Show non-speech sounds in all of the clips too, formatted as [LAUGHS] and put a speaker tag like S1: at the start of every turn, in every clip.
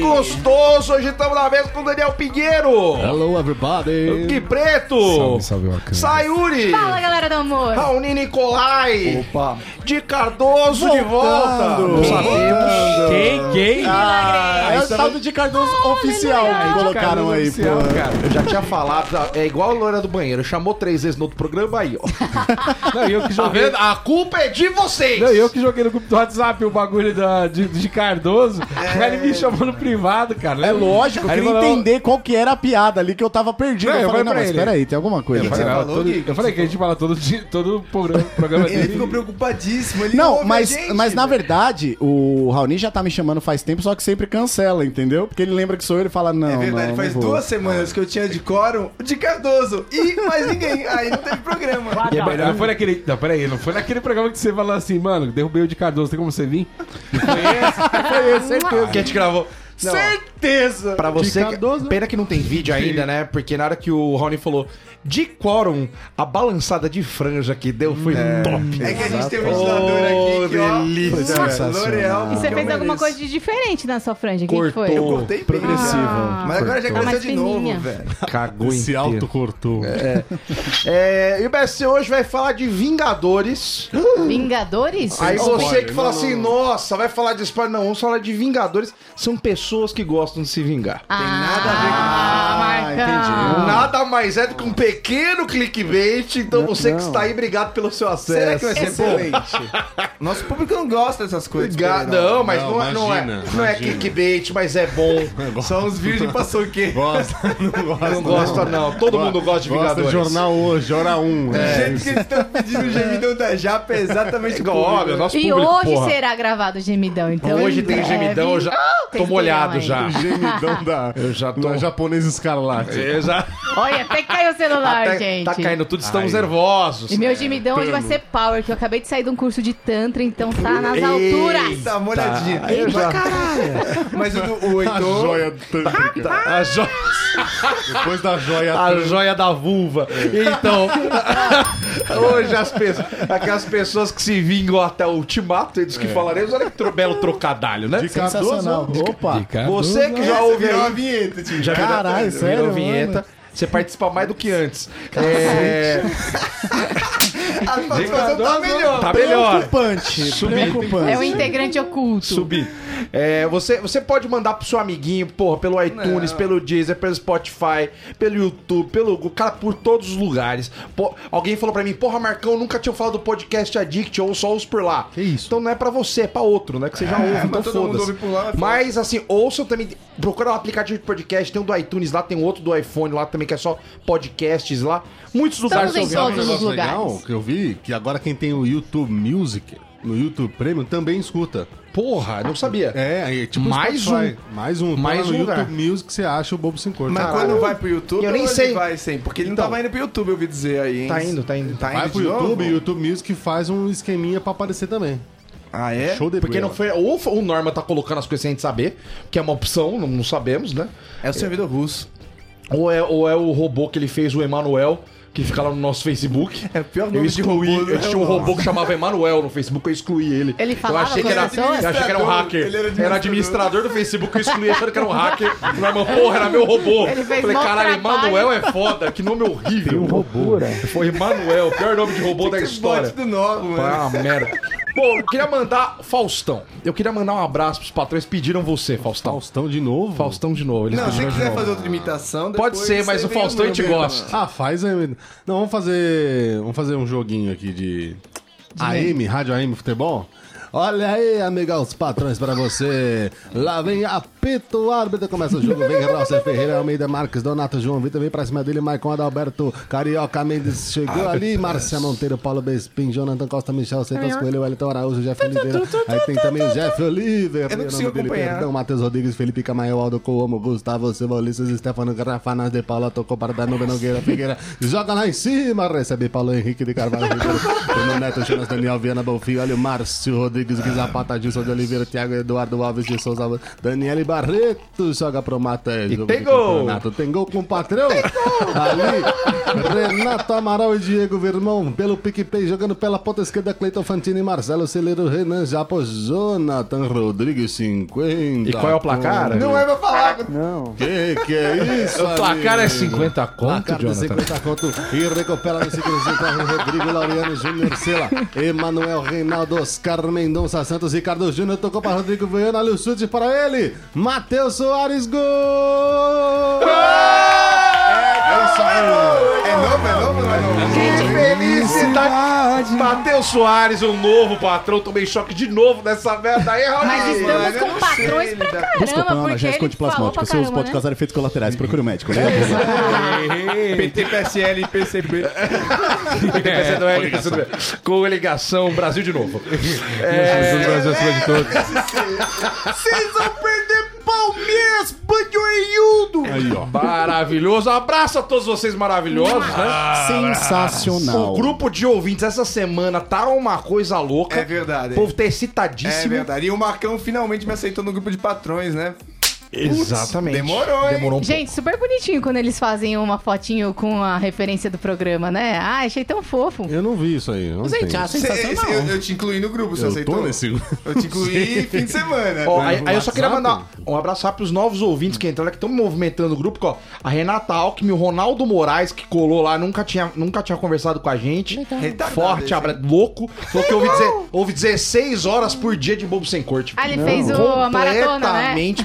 S1: gostoso! Hoje estamos na mesa com o Daniel Pinheiro!
S2: Hello, everybody!
S1: Que preto!
S2: Salve, salve, Wakanda.
S1: Sayuri!
S3: Fala, galera do amor.
S1: Raoni Nicolai!
S2: Opa!
S1: De Cardoso de volta!
S2: Voltando.
S1: Não sabemos.
S4: Gay, gay.
S2: Ah, é o saldo de Cardoso oficial que colocaram aí,
S1: Oficial,
S2: pô.
S1: cara, eu já tinha falado, é igual a loira do banheiro, chamou três vezes no outro programa aí, ó.
S5: Não, e eu que
S1: Tá
S5: joguei.
S1: vendo? A culpa é de vocês!
S5: Não, e eu que joguei no grupo do WhatsApp o bagulho da, de, de
S1: É.
S5: Cardoso. Aí ele me chamou no privado, cara.
S2: É lógico, eu
S5: Aí ele
S2: queria
S5: falou-
S2: entender qual que era a piada ali que eu tava perdido.
S5: Não,
S2: eu
S5: eu
S2: falei,
S5: falei
S2: não,
S5: pra
S2: mas
S5: ele.
S2: peraí, tem alguma coisa.
S5: Eu falei,
S2: Você
S5: não,
S2: falou
S5: todo-
S2: que-
S5: eu falei que a gente fala todo, dia- todo programa, programa
S6: Ele ficou
S5: dele.
S6: preocupadíssimo. Ele
S2: Não,
S6: ouve
S2: mas,
S6: a gente,
S2: mas na
S6: velho.
S2: verdade, o Raoni já tá me chamando faz tempo, só que sempre cancela, entendeu? Porque ele lembra que sou eu e fala, não,
S6: É verdade,
S2: não,
S6: faz
S2: não vou.
S6: duas semanas que eu tinha de quórum de Cardoso. E mais ninguém. Aí não teve programa.
S5: E é melhor- não foi naquele. Não, peraí, não foi naquele programa que você falou assim, mano, derrubei o de Cardoso, tem como você vir?
S2: Foi esse, certeza.
S1: Que a gente gravou.
S2: Certeza!
S1: Pra você.
S2: De
S6: né?
S2: Cardoso.
S1: Pena que não tem vídeo ainda, né? Porque na hora que o Rony falou de quórum, a balançada de franja que deu foi top.
S6: É que a gente tem um ventilador aqui que, ó.
S2: Sensacional.
S6: L'Oreal.
S3: E você
S6: que eu
S3: fez alguma
S6: mereço.
S3: coisa de diferente na sua franja. O que, que foi?
S6: Eu cortei bem,
S2: Progressiva.
S3: Ah.
S6: Mas agora já
S3: Cortou.
S6: cresceu
S3: Mais
S6: de novo,
S3: fininha.
S6: velho.
S1: Cagou
S2: Se
S1: inteiro.
S2: autocortou.
S1: É, e o BSC hoje vai falar de Vingadores.
S3: Vingadores?
S1: Aí
S3: Ou
S1: você que fala assim, nossa, vai falar de spoiler. Não, vamos falar de Vingadores. São pessoas que gostam de se vingar.
S3: nada a ver com Ah, Marcão.
S1: Nada mais é do que um pequeno clickbait. Então você que está aí, obrigado pelo seu acesso.
S6: Será que vai ser bom? Nosso público não gosta dessas coisas.
S1: Obrigado.
S6: Pereira.
S1: Não, mas não,
S7: Não,
S1: é- não é,
S7: imagina,
S1: não é
S7: imagina.
S1: clickbait, mas é bom.
S6: São os vídeos de paçoquê.
S7: Gosta, não gosta. né?
S1: Não gosta, não. Todo mundo gosta de
S7: Gosta
S1: Vingadores.
S7: de jornal hoje, hora né? 1.
S6: Do jeito que eles estão pedindo o gemidão da japa é exatamente
S1: Igual, óbvio, nosso
S3: E
S1: público,
S3: hoje
S1: porra.
S3: será gravado o gemidão, então.
S1: Hoje tem
S3: em
S1: gemidão, eu
S3: breve-
S1: já
S3: Vocês
S1: tô molhado
S3: terão
S1: já.
S3: aí.
S7: [LAUGHS] Gemidão da,
S1: Eu já tô-
S7: da japonesa escarlate.
S1: Eu já-
S3: Olha, até caiu o celular,
S1: Até-
S3: gente.
S1: Tá caindo tudo, estamos nervosos.
S3: E meu gemidão hoje vai ser power, que eu acabei de sair de um curso de tantra, então tá nas alturas.
S6: Tá molhadinha.
S1: Eu já-
S6: Mas o, do- o
S7: A
S6: Heitor.
S7: joia tântrica.
S1: A, jo-
S7: Depois da joia
S1: a
S7: tântrica.
S1: joia da vulva. Então, [LAUGHS] hoje as pessoas, aquelas pessoas que se vingam até o ultimato, eles que falaremos, olha que tro- belo trocadalho, né?
S7: De
S2: Sensacional.
S7: Cardoso.
S2: Opa!
S1: Você que já
S6: Essa
S1: ouve
S6: virou
S1: aí,
S6: a vinheta, tio.
S1: Já virou-
S2: Caralho,
S1: virou
S2: sério,
S1: vinheta.
S2: mano?
S1: Você participa mais do que antes. [LAUGHS] É,
S6: A participação tá melhor.
S1: tá melhor.
S2: Preocupante. Preocupante.
S3: É um integrante oculto.
S1: Subir. É, você, você pode mandar pro seu amiguinho, porra, pelo iTunes, pelo Deezer, pelo Spotify, pelo YouTube, pelo. Cara, por todos os lugares. Pô, alguém falou pra mim, porra, Marcão, nunca tinha falado do podcast Addict ou só os por lá. Que isso? Então não é pra você, é pra outro, né? Que você já ouve, então
S6: mas todo mundo
S1: foda-se.
S6: ouve por lá, é foda-se.
S1: Mas assim, ouçam também. Procura o aplicativo de podcast, tem um do iTunes lá, tem outro do iPhone lá também, que é só podcasts lá. Muitos lugares
S3: em
S1: você
S3: todos
S1: ouve.
S3: os
S7: negócio
S3: lugares.
S7: legal que eu vi, que agora quem tem o YouTube Music, no YouTube Premium, também escuta.
S1: Porra, não sabia.
S7: É, aí, tipo
S1: Mais
S7: Spotify. Mais um. Então,
S1: Mais
S7: no
S1: um lugar.
S7: YouTube Music você acha o Bobo 50.
S6: Mas quando vai pro YouTube,
S1: Eu nem
S6: ele
S1: sei.
S6: vai sem, porque ele
S1: Então.
S6: não tava indo pro YouTube, eu vi dizer aí, hein?
S1: Tá indo, tá indo.
S6: Tá indo
S7: Vai pro
S6: de
S7: YouTube,
S6: novo?
S7: o YouTube Music faz um esqueminha pra aparecer também.
S6: Ah, é?
S7: Show de
S1: Porque
S7: bola.
S1: não foi. Ou o Norma tá colocando as coisas sem a gente saber, que é uma opção, não, não sabemos, né?
S6: É o servidor russo.
S1: Ou é, ou é o robô que ele fez, o Emanuel, que fica lá no nosso Facebook.
S6: É o pior
S1: Eu
S6: nome de robô.
S1: excluí, eu tinha um
S6: né?
S1: robô que chamava Emanuel no Facebook, eu excluí ele.
S3: Ele
S1: eu
S3: falava
S1: achei que
S3: com
S1: era,
S3: as pessoas?
S1: eu achei que era um hacker.
S6: Ele era
S1: era,
S6: administrador.
S1: administrador do Facebook, eu excluí achando que era um hacker. Norma, porra, era meu robô.
S3: Ele fez
S1: Falei,
S3: mó
S1: caralho,
S3: trabalho."
S1: Emanuel é foda, que nome horrível. Tem um robô.
S6: né?
S1: Foi Emanuel, pior nome de robô da
S6: Esse
S1: história.
S6: bote do novo,
S1: [LAUGHS]
S6: mano.
S1: Ah, merda. Bom, eu queria mandar Faustão. Eu queria mandar um abraço pros patrões. Pediram você, Faustão.
S7: Faustão de novo?
S1: Faustão de novo. Eles
S6: Não, se
S1: pediram de
S6: quiser
S1: novo.
S6: fazer outra imitação,
S1: Pode ser, mas o Faustão a gente gosta.
S7: Ah, faz aí. Não, vamos fazer. Vamos fazer um joguinho aqui de. AM, Rádio AM Futebol? Olha aí, amigão, os patrões pra você. Lá vem apito, o árbitro começa o jogo. Vem Raulcer Ferreira, Almeida Marques, Donato João Vitor, vem pra cima dele, Maicon Adalberto, Carioca Mendes
S6: Ah,
S7: chegou ali, Márcia Monteiro, Paulo Bespin, Jonathan Costa, Michel Santos Coelho, Wellington Araújo, Jeff Oliveira. Aí tem também Jeff Oliver,
S6: Eu não consigo
S7: o nome dele,
S6: acompanhar.
S7: perdão, Matheus Rodrigues, Felipe Camaio, Aldo Cuomo, Gustavo Silva, Ulisses, Stefano Grafanas de Paula, tocou para Danube Nogueira Figueira, joga lá em cima, recebe Paulo Henrique de Carvalho, Ribeiro, Bruno Neto, Jonas Daniel Viana Bonfim, olha o Márcio Rodrigues, Guizapata, Gilson de Oliveira, Thiago Eduardo Alves de Souza, Daniele Barreto, joga pro Matheus. E
S1: tem gol!
S7: Tem gol com o patrão? Ali, Renato Amaral e Diego Vermão, pelo PicPay, jogando pela ponta esquerda, Cleiton Fantini, Marcelo Celeiro, Renan Japo, Jonathan Rodrigues, 50.
S1: E qual é o placar?
S6: Não é pra falar.
S7: Que que é isso,
S5: O placar é
S7: amigo?
S5: 50
S7: Placar
S5: conto,
S7: de
S5: Jonathan.
S7: 50 conto e recupera nesse cruzeiro para o Rodrigo Laureano Júnior Sela, Emanuel Reinaldo Oscar Mendonça Santos, Ricardo Júnior tocou para Rodrigo Viana, olha o chute para ele, Matheus Soares, gol!
S6: É novo, é novo, não é novo. Gente,
S1: Felicidade! tá Matheus Soares, o novo patrão, tomei choque de novo nessa merda aí, Raul.
S3: Mas
S6: mano,
S3: estamos
S6: eu
S3: com
S6: não
S3: patrões
S6: sei
S3: pra
S6: lidar.
S3: caramba,
S2: Desculpa, Ana,
S3: porque
S2: já
S3: ele
S2: esconde
S3: falou pra
S2: plasmática. Seus
S3: caramba,
S2: podes
S3: né?
S2: causar efeitos colaterais. Procure o médico. né?
S5: [LAUGHS]
S6: PT, PSL e PCB.
S5: É.
S1: PCdoL, PCdoL. é. Coligação Brasil de [LAUGHS] novo. É,
S6: Vocês vão perder Palmeiras, banhoeiudo!
S1: maravilhoso. Abraço a todos vocês maravilhosos, né?
S2: Sensacional.
S1: O grupo de ouvintes essa semana tá uma coisa louca.
S6: É verdade.
S1: O povo tá
S6: É
S1: excitadíssimo.
S6: verdade. E o Marcão finalmente me aceitou no grupo de patrões, né?
S1: Exatamente.
S6: Demorou, hein?
S1: Demorou um
S3: Gente, super bonitinho quando eles fazem uma fotinho com a referência do programa, né? Ah, achei tão fofo.
S7: Eu não vi isso aí. Ontem.
S2: Gente,
S1: Ah,
S2: acho
S6: Cê-
S2: sensacional.
S6: eu, eu te incluí no grupo, você
S7: eu
S6: aceitou?
S7: tô nesse...
S6: Eu
S1: [LAUGHS]
S6: te incluí fim de semana.
S1: Ó,
S6: Tá?
S1: aí, aí eu só queria
S7: WhatsApp?
S1: mandar um abraço rápido pros novos ouvintes que entraram, que estão movimentando o grupo, que, ó, a Renata Alckmin, o Ronaldo Moraes, que colou lá, nunca tinha, nunca tinha conversado com a gente.
S6: Retardado
S1: Forte,
S6: esse,
S1: abra... louco. Falou que houve, deze- houve 16 horas por dia de bobo sem corte.
S3: Ah, ele fez o, a maratona, né?
S1: Completamente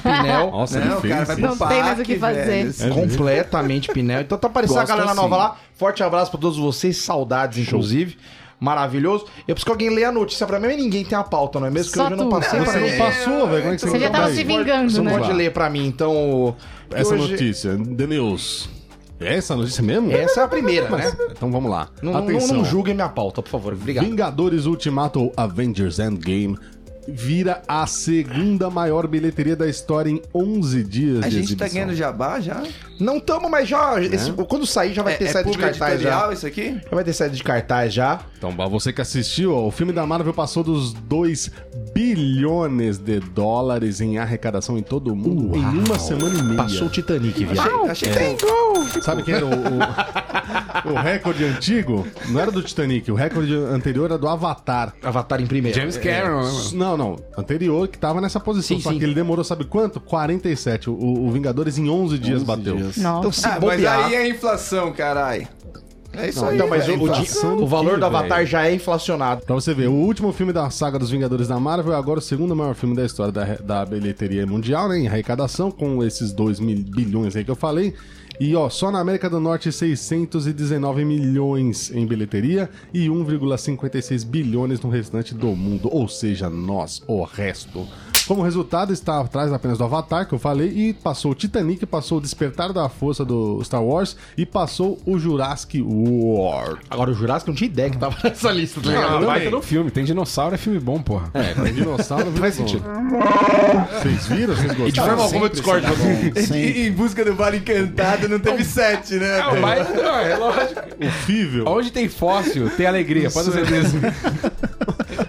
S3: [LAUGHS]
S1: pinel.
S7: Nossa,
S6: Não,
S7: difícil.
S6: cara, vai pro
S3: Não tem mais o que
S6: parque,
S3: fazer.
S6: velho.
S1: É completamente pinel. Então tá aparecendo a
S2: Gosto
S1: galera
S2: assim.
S1: nova lá. Forte abraço pra todos vocês, saudades, inclusive. Maravilhoso. Eu preciso que alguém leia a notícia pra mim, mas ninguém tem a pauta, não é mesmo? Que
S3: Só
S1: hoje eu não
S3: tu.
S1: passei
S7: Você
S1: pra
S7: não
S1: ninguém.
S7: passou, velho? Como é que você
S3: Você já
S7: não
S3: tava
S7: vai?
S3: se vingando,
S1: Você não
S3: né?
S1: pode ler pra mim, então.
S7: Essa
S1: hoje-
S7: notícia, The News. É Essa notícia mesmo?
S1: Essa é a primeira, né?
S7: Mas- Então vamos lá.
S1: Não, não,
S7: Atenção.
S1: não julguem minha pauta, por favor. Obrigado.
S7: Vingadores Ultimato ou Avengers Endgame vira a segunda maior bilheteria da história em 11 dias
S6: A
S7: de
S6: gente
S7: exibição.
S6: tá ganhando jabá já? É,
S1: Não tamo, mas já. esse- quando sair, já vai ter saída de
S6: público
S1: cartaz já.
S6: editorial isso aqui?
S1: Já vai ter saída de cartaz já.
S7: Então, pra você que assistiu, ó, o filme da Marvel passou dos 2 bilhões de dólares em arrecadação em todo o mundo em uma semana e meia.
S1: Passou o Titanic, viado.
S6: Achei que tem gol.
S7: Sabe quem era o, o- o recorde antigo? Não era do Titanic, o recorde anterior era do Avatar.
S1: Avatar em primeiro.
S5: James Cameron, né, mano?
S7: Não, não. Anterior que tava nessa posição.
S1: Sim,
S7: só
S1: sim.
S7: que ele demorou, sabe quanto? 47. O, o Vingadores em 11 dias bateu.
S3: Nossa.
S1: Então, se
S6: Ah, mas
S1: bobear.
S6: aí é inflação, carai. É isso aí.
S1: Então, mas o,
S6: velho.
S1: o di-
S7: inflação
S1: o
S7: do
S1: valor
S7: quê,
S1: do Avatar
S7: velho?
S1: já é inflacionado.
S7: Pra você ver, o último filme da saga dos Vingadores da Marvel é agora o segundo maior filme da história da, re- da bilheteria mundial, né? Em arrecadação, com esses 2 mil bilhões aí que eu falei. E ó, só na América do Norte 619 milhões em bilheteria e 1,56 bilhões no restante do mundo, ou seja, nós, o resto. Como resultado, está atrás apenas do Avatar, que eu falei, e passou o Titanic, passou o Despertar da Força do Star Wars e passou o Jurassic World.
S1: Agora o Jurassic eu não tinha ideia que tava nessa lista, tá ligado?
S5: Não,
S1: Vai.
S5: vai no filme. Tem dinossauro, é filme bom, porra.
S7: É, tem dinossauro não faz sentido. Vocês viram? Vocês
S1: E de
S7: gostaram?
S1: forma alguma eu discordo.
S2: Sem-
S6: E- Em busca do Vale Encantado não teve sete, né?
S5: É, mas, não, é lógico.
S7: Horrível.
S5: Onde tem fóssil, tem alegria, pode ter certeza.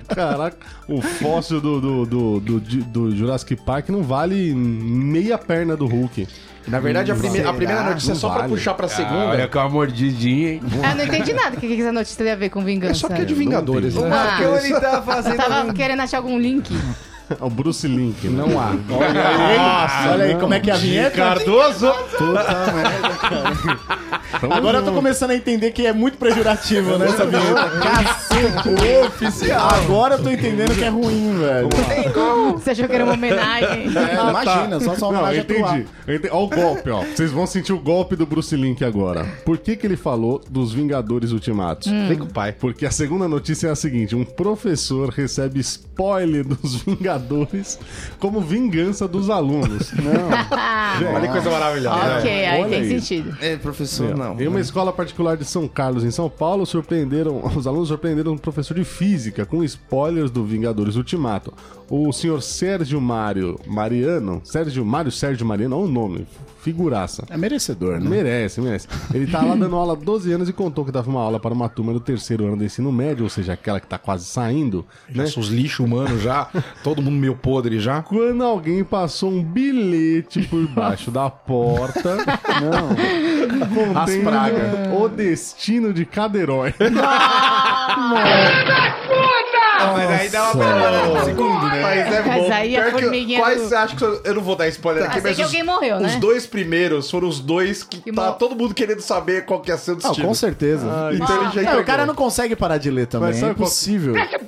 S7: Caraca, o fóssil do, do, do, do, do Jurassic Park não vale meia perna do Hulk.
S1: Na verdade, a primeira, a primeira notícia é
S7: Não
S1: só pra
S7: vale.
S1: puxar pra
S5: Ah,
S1: segunda.
S5: [LAUGHS] olha com uma mordidinha, hein?
S3: Ah, não entendi nada. O que que essa notícia tem a ver com
S1: É
S3: vingança?
S1: só porque é de Vingadores,
S6: O
S1: né?
S6: Marcão, ele tá fazendo...
S3: Eu tava querendo achar algum link.
S7: É O Bruce Link. Né?
S1: Não há.
S2: Nossa, olha aí como é que é a vinheta.
S1: Cardoso!
S2: Agora eu tô começando a entender que é muito pejorativo, né, essa vinheta. Cacete, oficial. Agora eu tô entendendo que é ruim, velho.
S3: Você achou que era uma homenagem?
S2: Ah, imagina, só só uma
S7: É, tá. Não, eu
S2: homenagem é
S7: entendi. Eu entendi. Ó o golpe, ó. Vocês vão sentir o golpe do Bruce Link agora. Por que que ele falou dos Vingadores Ultimatos?
S2: Hum.
S1: Vem com o pai.
S7: Porque a segunda notícia é a seguinte: um professor recebe spoiler dos [LAUGHS] trabalhadores como vingança dos alunos. Não.
S1: Olha que coisa maravilhosa.
S3: [LAUGHS] ok, aí
S7: olha
S3: tem
S7: aí.
S3: sentido.
S6: É, professor, não.
S7: Em uma escola particular de São Carlos, em São Paulo, surpreenderam, [LAUGHS] os alunos surpreenderam um professor de física com spoilers do Vingadores Ultimato. O senhor Sérgio Mário Mariano, Sérgio Mário Sérgio Mariano, olha o nome, figuraça.
S2: É merecedor, né?
S7: Merece, merece. Ele tá lá dando aula há 12 anos e contou que dava uma aula para uma turma do terceiro ano do ensino médio, ou seja, aquela que tá quase saindo, né?
S1: Já sou os lixos humanos
S6: [LAUGHS]
S1: já, todo mundo meio podre já.
S7: Quando alguém passou um bilhete por baixo da porta, não,
S1: As
S7: contendo
S1: pragas.
S7: o destino de cada herói.
S6: mas aí dá uma parada no segundo, né?
S1: Mas é
S3: Mas
S1: bom.
S3: aí a
S1: Pior que-
S3: formiguinha é
S1: Quais
S3: do-
S1: você acha que. Eu não vou dar spoiler aqui,
S3: Ah, sei
S1: mas.
S3: que
S1: os,
S3: alguém morreu,
S1: os
S3: né?
S1: dois primeiros foram os dois que,
S3: Que
S1: tá
S3: mo- ah,
S1: todo mundo querendo saber qual que é seu
S2: Ah,
S1: destino.
S2: com certeza.
S1: Então ele já
S2: Cara,
S1: entregou.
S2: o cara não consegue parar de ler também.
S7: Mas
S2: É
S7: sabe qual-
S2: impossível.
S7: [LAUGHS]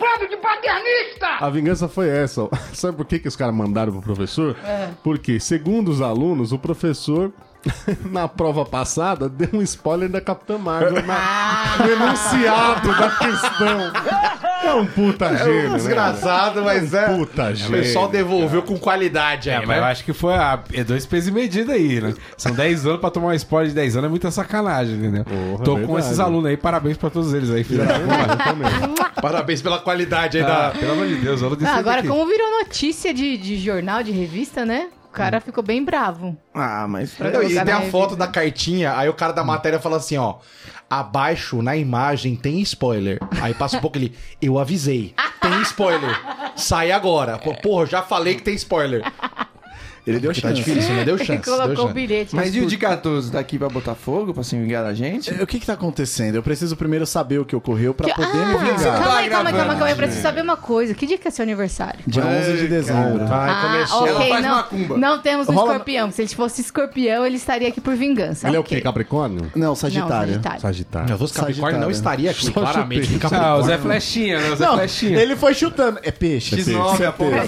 S7: A vingança foi essa. [LAUGHS] ó. Sabe por que, que os caras mandaram pro professor? Porque, segundo os alunos, o professor, [LAUGHS] na prova passada, deu um spoiler da Capitã Marvel na... no enunciado da questão. É um puta gênio, né?
S1: Desgraçado, mas é.
S7: Puta
S1: O
S7: gênio.
S1: pessoal devolveu com qualidade aí,
S5: É, mas eu
S1: né?
S5: acho que foi a, é dois pesos e medida aí, né? São 10 anos pra tomar um spoiler de 10 anos é muita sacanagem, entendeu?
S7: Porra,
S5: Tô com
S7: verdade.
S5: esses alunos aí, parabéns pra todos eles aí, filha da puta.
S1: Parabéns pela qualidade aí
S5: Ah,
S1: da.
S5: Pelo amor de Deus, aluno de
S3: Ah, agora,
S5: aqui.
S3: como virou notícia de, de jornal, de revista, né? O cara ficou bem bravo.
S6: Ah, mas.
S3: Pra
S1: Não, e
S3: colocar
S1: tem
S3: na
S1: a
S3: revista.
S1: foto da cartinha, aí o cara da matéria fala assim, ó. Abaixo, na imagem, tem spoiler. Aí passa um pouco ele, eu avisei, tem spoiler. Sai agora. Pô, Porra, já falei que tem spoiler. Ele deu chance. Tá difícil,
S3: [LAUGHS]
S1: né? Deu
S3: Ele
S1: chance. deu
S3: colocou o
S1: chance.
S3: bilhete.
S6: Mas e o de 14 tá aqui pra Botafogo, pra se vingar da gente?
S2: O que que tá acontecendo? Eu preciso primeiro saber o que ocorreu pra
S3: Que-
S7: tá
S2: poder me
S3: Ah,
S2: vingar.
S3: calma aí, calma aí, calma aí, calma aí. Eu
S6: Gravando,
S3: preciso saber uma coisa. Que dia que é seu aniversário?
S2: Dia 11 de dezembro.
S3: Ah,
S1: Ai, começou.
S6: Ela faz
S3: não,
S6: macumba.
S3: não temos um
S2: Rola-
S3: escorpião. Se ele fosse escorpião, ele estaria aqui por vingança.
S7: Ele é o
S3: Ok.
S7: quê? Capricórnio?
S2: Não,
S3: Não,
S2: Sagitário.
S3: Sagitário.
S1: Meu
S7: Sagitário.
S1: Deus, Capricórnio não
S2: Sagitário.
S1: estaria aqui,
S7: Só
S1: claramente.
S7: chutei.
S5: Ah, o
S1: Capricórnio.
S5: Zé Flechinha, né? O Zé
S2: Não,
S5: Flechinha.
S2: ele foi chutando. É peixe.
S6: X9, a
S2: certeza.
S6: porra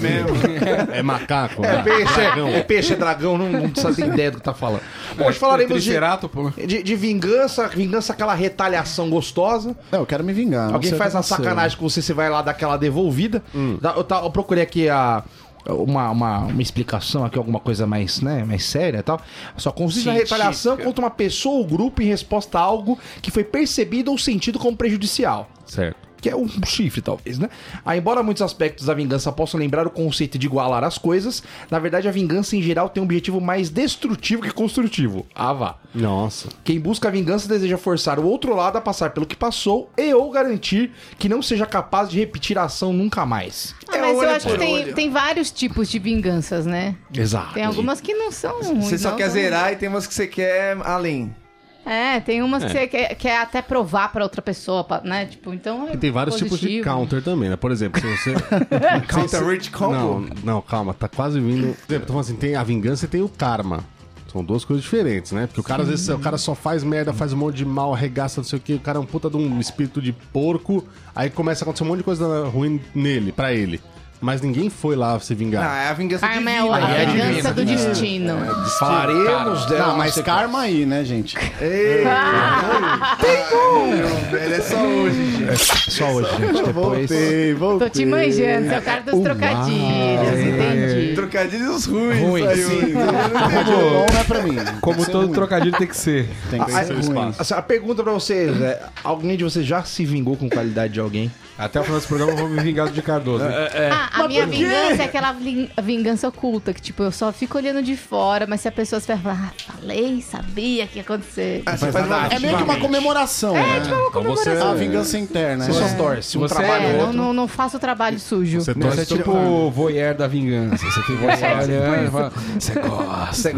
S6: mesmo.
S7: É macaco.
S1: É
S7: né?
S1: peixe, é, é peixe, é dragão, não, não precisa ter ideia do que tá falando. Bom,
S7: É
S1: hoje falaremos de,
S5: Triceratopo. né?
S1: de, de vingança, vingança aquela retaliação gostosa.
S2: Não, eu quero me vingar. não
S1: Alguém
S2: sei
S7: é
S2: o
S1: faz
S2: que
S1: uma
S2: aconteceu.
S1: sacanagem com você, você vai lá dar aquela devolvida. Tá, Eu, tá- eu procurei aqui a, uma, uma, uma explicação aqui, alguma coisa mais, né, mais séria e tal. Só consiste na
S5: Científica.
S1: retaliação contra uma pessoa ou grupo em resposta a algo que foi percebido ou sentido como prejudicial.
S7: Certo.
S1: Que é um chifre, talvez, né? Ah, embora muitos aspectos da vingança possam lembrar o conceito de igualar as coisas, na verdade a vingança em geral tem um objetivo mais destrutivo que construtivo. Ah, vá.
S7: Nossa.
S1: Quem busca a vingança deseja forçar o outro lado a passar pelo que passou e ou garantir que não seja capaz de repetir a ação nunca mais.
S3: Ah,
S6: É
S3: mas eu acho que tem, tem vários tipos de vinganças, né?
S7: É.
S1: Exato.
S3: Tem algumas que não são ruins.
S6: Você só
S3: não,
S6: quer
S3: são-
S6: zerar e tem umas que você quer além.
S3: É, tem umas que você quer, quer até provar pra outra pessoa, pra- né? Tipo, então é
S7: E tem vários tipos de
S3: positivo.
S7: counter também, né? Por exemplo, se
S3: [LAUGHS]
S7: você.
S6: Counter Então, Rich Combo?
S7: Não, não, calma, tá quase vindo. Por exemplo, tô falando assim, tem a vingança e tem o karma. São duas coisas diferentes, né? Porque o cara, às vezes, o cara só faz merda, faz um monte de mal, arregaça, não sei o quê. O cara é um puta de um espírito de porco. Aí começa a acontecer um monte de coisa ruim nele, pra ele. Mas ninguém foi lá se vingar.
S6: Ah, é a vingança
S3: Karma é
S6: divina.
S3: a
S1: é divina,
S3: vingança
S7: né?
S3: do destino.
S7: É.
S1: Falaremos dela.
S7: Ah,
S2: Não, Ah, mas karma aí, né, gente? Ah,
S6: Ei,
S7: [LAUGHS]
S6: tem Velho, é só hoje, gente.
S1: Só hoje,
S2: [LAUGHS]
S1: gente. Depois.
S2: Voltei, voltei.
S3: Tô te manjando, você é o cara dos
S7: É.
S3: trocadilhos, entendi.
S6: Trocadilhos ruins.
S1: Ruins,
S6: saiu.
S1: sim.
S2: Trocadilho bom não é pra mim. Tem
S5: Como
S2: que ser
S5: todo
S2: ruim.
S5: trocadilho tem que ser.
S2: Tem que
S1: Ah,
S2: ser
S1: é,
S2: ruim.
S1: Assim, a pergunta pra vocês é: alguém de vocês já se vingou com qualidade de alguém?
S5: Até o final desse programa eu vou me vingar do de Cardoso. hein?
S3: Ah, a minha vingança é aquela vin- vingança oculta, que tipo, eu só fico olhando de fora, mas se a pessoa se falar, ah, falei, sabia que ia acontecer.
S6: Ah, você faz uma-
S2: É meio que uma comemoração, né?
S7: Então você, é
S2: A vingança interna.
S1: Você
S2: né?
S1: só torce, um
S5: Você
S1: trabalho
S5: é
S3: É,
S1: ou
S3: não,
S1: outro.
S3: não, não faço o trabalho sujo.
S7: você tá-
S5: Você é
S7: torce seu
S5: tipo
S7: karma.
S5: o voyeur da vingança. Você tem você olhando e fala, você gosta.
S1: Você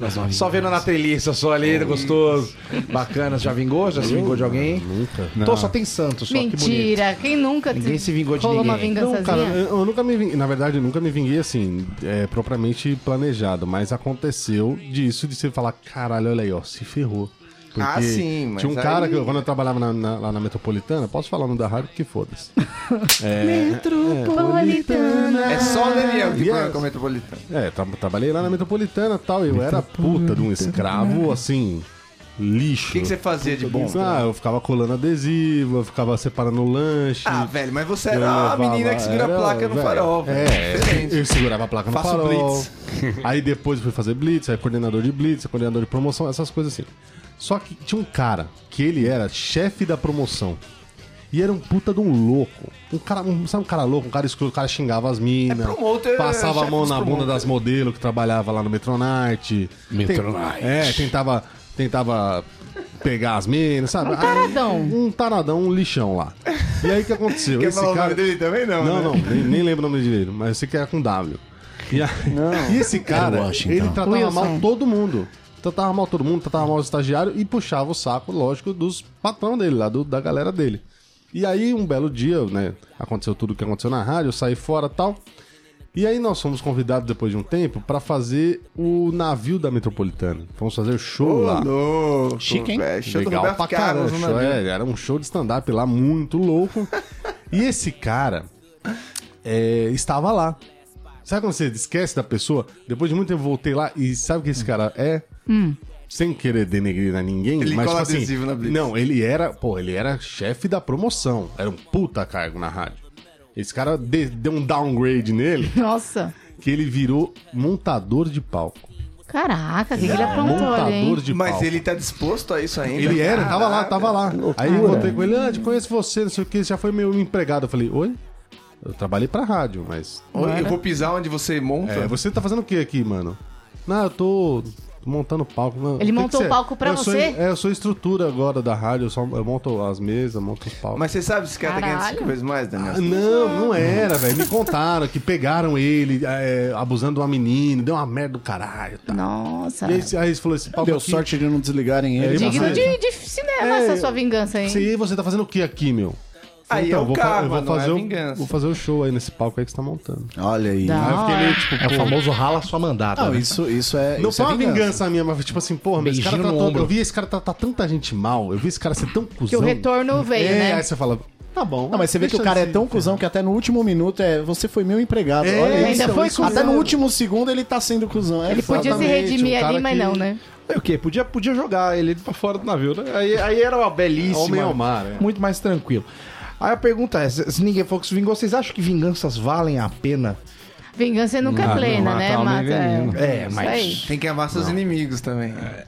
S1: gosta. [LAUGHS] Só vendo na treliça, só ali, gostoso. Bacana, já vingou? Já se vingou de alguém? Nunca. Então só tem Santos, só que bonito.
S3: Mentira, quem nunca
S1: Ninguém
S3: te-
S1: se vingou de
S3: rolou uma assim?
S1: ninguém.
S7: Não, cara,
S3: vingançazinha?
S7: eu, eu nunca me vinguei. Na verdade, eu nunca me vinguei assim, é, propriamente planejado, mas aconteceu disso de você falar, caralho, olha aí, ó, se ferrou. Porque
S6: Ah, sim, mas
S7: Tinha um cara
S6: aí-
S7: que, eu- quando eu trabalhava na- na- lá na metropolitana, posso falar o nome da rádio porque foda-se. É,
S3: Metropolitana.
S6: É só o Daniel que
S7: Yes.
S6: yes. com o metropolitano.
S7: É, tra- trabalhei lá na metropolitana e tal, eu era puta de um escravo, assim. Lixo.
S6: O que, que você fazia de bom?
S7: Ah, eu ficava colando adesivo, eu ficava separando o lanche.
S6: Ah, velho, mas você
S7: Eu
S6: era a
S7: levava-
S6: menina que segura a
S7: era,
S6: placa no
S7: velho,
S6: farol. velho.
S7: É,
S6: Diferente.
S7: eu segurava a placa no
S6: Faço
S7: farol.
S6: blitz.
S7: [LAUGHS] aí depois eu fui fazer blitz, aí coordenador de blitz, coordenador de promoção, essas coisas assim. Só que tinha um cara que ele era chefe da promoção. E era um puta de um louco. Um cara, um- sabe um cara louco? Um cara escuro, o cara xingava as minas.
S6: É promoter,
S7: passava a
S6: chefe
S7: mão
S6: dos
S7: na bunda
S6: promoter.
S7: das modelos que trabalhava lá no Metronite.
S5: Metronite.
S7: É, tentava, tentava pegar as minas, sabe?
S3: Um taradão.
S7: Aí, um taradão, um lixão lá. E aí o que
S6: [LAUGHS]
S7: aconteceu?
S6: Quer
S7: Esse
S6: falar o
S7: cara...
S6: nome dele também? Não,
S7: Não,
S6: né?
S7: não, nem, nem lembro o nome direito, mas eu sei que era com W. E, a- e esse cara,
S4: Era Washington.
S7: ele tratava
S3: Wilson.
S7: mal todo mundo. Tratava mal todo mundo, tratava mal os estagiários e puxava o saco, lógico, dos patrão dele, lá do- da galera dele. E aí, um belo dia, né? Aconteceu tudo o que aconteceu na rádio, eu saí fora e tal. E aí nós fomos convidados depois de um tempo pra fazer o navio da Metropolitana. Fomos fazer o show lá.
S6: Louco,
S4: Chique, hein?
S6: velho. Show do
S7: Legal pra
S6: Roberto
S7: caramba.
S6: Carlos né, no
S7: show,
S6: navio.
S7: é, era um show de stand-up lá muito louco. e esse cara é, estava lá. Sabe quando você esquece da pessoa? Depois de muito tempo eu voltei lá e sabe o que esse cara é? Sem querer denegrir a ninguém,
S6: Ele
S7: mas
S6: cola
S7: tipo assim,
S6: adesivo na Blitz.
S7: Não, ele era, pô, ele era chefe da promoção. Era um puta cargo na rádio. Esse cara de- deu um downgrade nele
S3: Nossa.
S7: que ele virou montador de palco.
S3: Caraca, o que, que ele aprontou
S7: montador
S3: ali, hein?
S7: de palco.
S6: Mas ele tá disposto a isso ainda?
S7: Ele é. era, tava lá,
S6: Caraca.
S7: tava lá. Aí eu voltei com ele, ah, eu conheço você, não sei o que, já foi meu empregado. Eu falei, oi? Eu trabalhei pra rádio, mas.
S6: Olha, Eu vou pisar onde você monta.
S7: É, você tá fazendo o que aqui, mano? Não, eu tô montando palco. Não,
S3: Ele
S7: o que
S3: montou
S7: que
S3: o
S7: você é?
S3: palco pra
S7: Eu sou-
S3: você?
S7: é, eu sou estrutura agora da rádio, eu, só, eu monto as mesas, monto os palcos.
S6: Mas você sabe se esse cara tá ganhando
S3: Caralho.
S6: cinco vezes mais, Daniel?
S7: Ah, Não, não era, velho. Me contaram que pegaram ele é, abusando de uma menina, deu uma merda do caralho. e tal.
S3: Nossa.
S7: E aí, esse- aí ele falou: esse palco
S2: Deu
S7: aqui-
S2: sorte de não desligarem ele.
S7: Ele
S2: mas-
S3: Digno
S7: Nossa,
S3: de, de cinema
S7: É,
S3: essa sua vingança, hein?
S7: Sim, e você tá fazendo o que aqui, meu?
S6: Aí é o
S7: Ah, então vou fa-
S6: karma,
S7: eu vou
S6: não é
S7: fazer o-
S6: vingança.
S7: Vou fazer o show aí nesse palco aí que você tá montando.
S4: Olha aí.
S3: Da
S7: Aí eu fiquei
S3: hora.
S7: meio tipo,
S4: É o famoso rala sua mandada.
S2: Não,
S4: né?
S2: isso, isso é.
S7: não
S2: isso
S7: foi
S2: é
S7: uma vingança minha, mas tipo assim, porra, mas esse cara
S4: Beijinho no
S7: tratou,
S4: ombro.
S7: eu vi esse cara tratar tanta gente mal, eu vi esse cara ser tão cuzão.
S3: Que o retorno veio,
S7: é,
S3: né?
S7: aí você fala, tá bom.
S2: Não, mas você vê que o
S7: deixa
S2: cara é
S7: de-
S2: tão cuzão que até no último minuto é você foi meu empregado.
S7: É,
S2: Olha
S3: ainda
S2: isso,
S3: foi
S2: isso.
S3: cuzão.
S2: Até no último segundo ele tá sendo cuzão. É,
S3: Ele podia se
S2: exatamente.
S3: redimir
S7: um cara
S3: ali, mas
S7: que-
S3: não, né?
S1: Aí É o quê? Podia, podia jogar ele pra fora do navio, né? Aí, aí era uma belíssima.
S7: Homem ao mar, é.
S1: Muito mais tranquilo. Aí a pergunta é: se se ninguém for que se vingou, vocês acham que vinganças valem a pena?
S3: Vingança nunca
S7: Ah,
S3: é plena,
S5: mata
S3: né?
S5: alma e
S3: Mata.
S5: veneno.
S1: É,
S3: Isso
S1: mas-
S3: aí.
S6: Tem que amar seus inimigos também.
S7: É.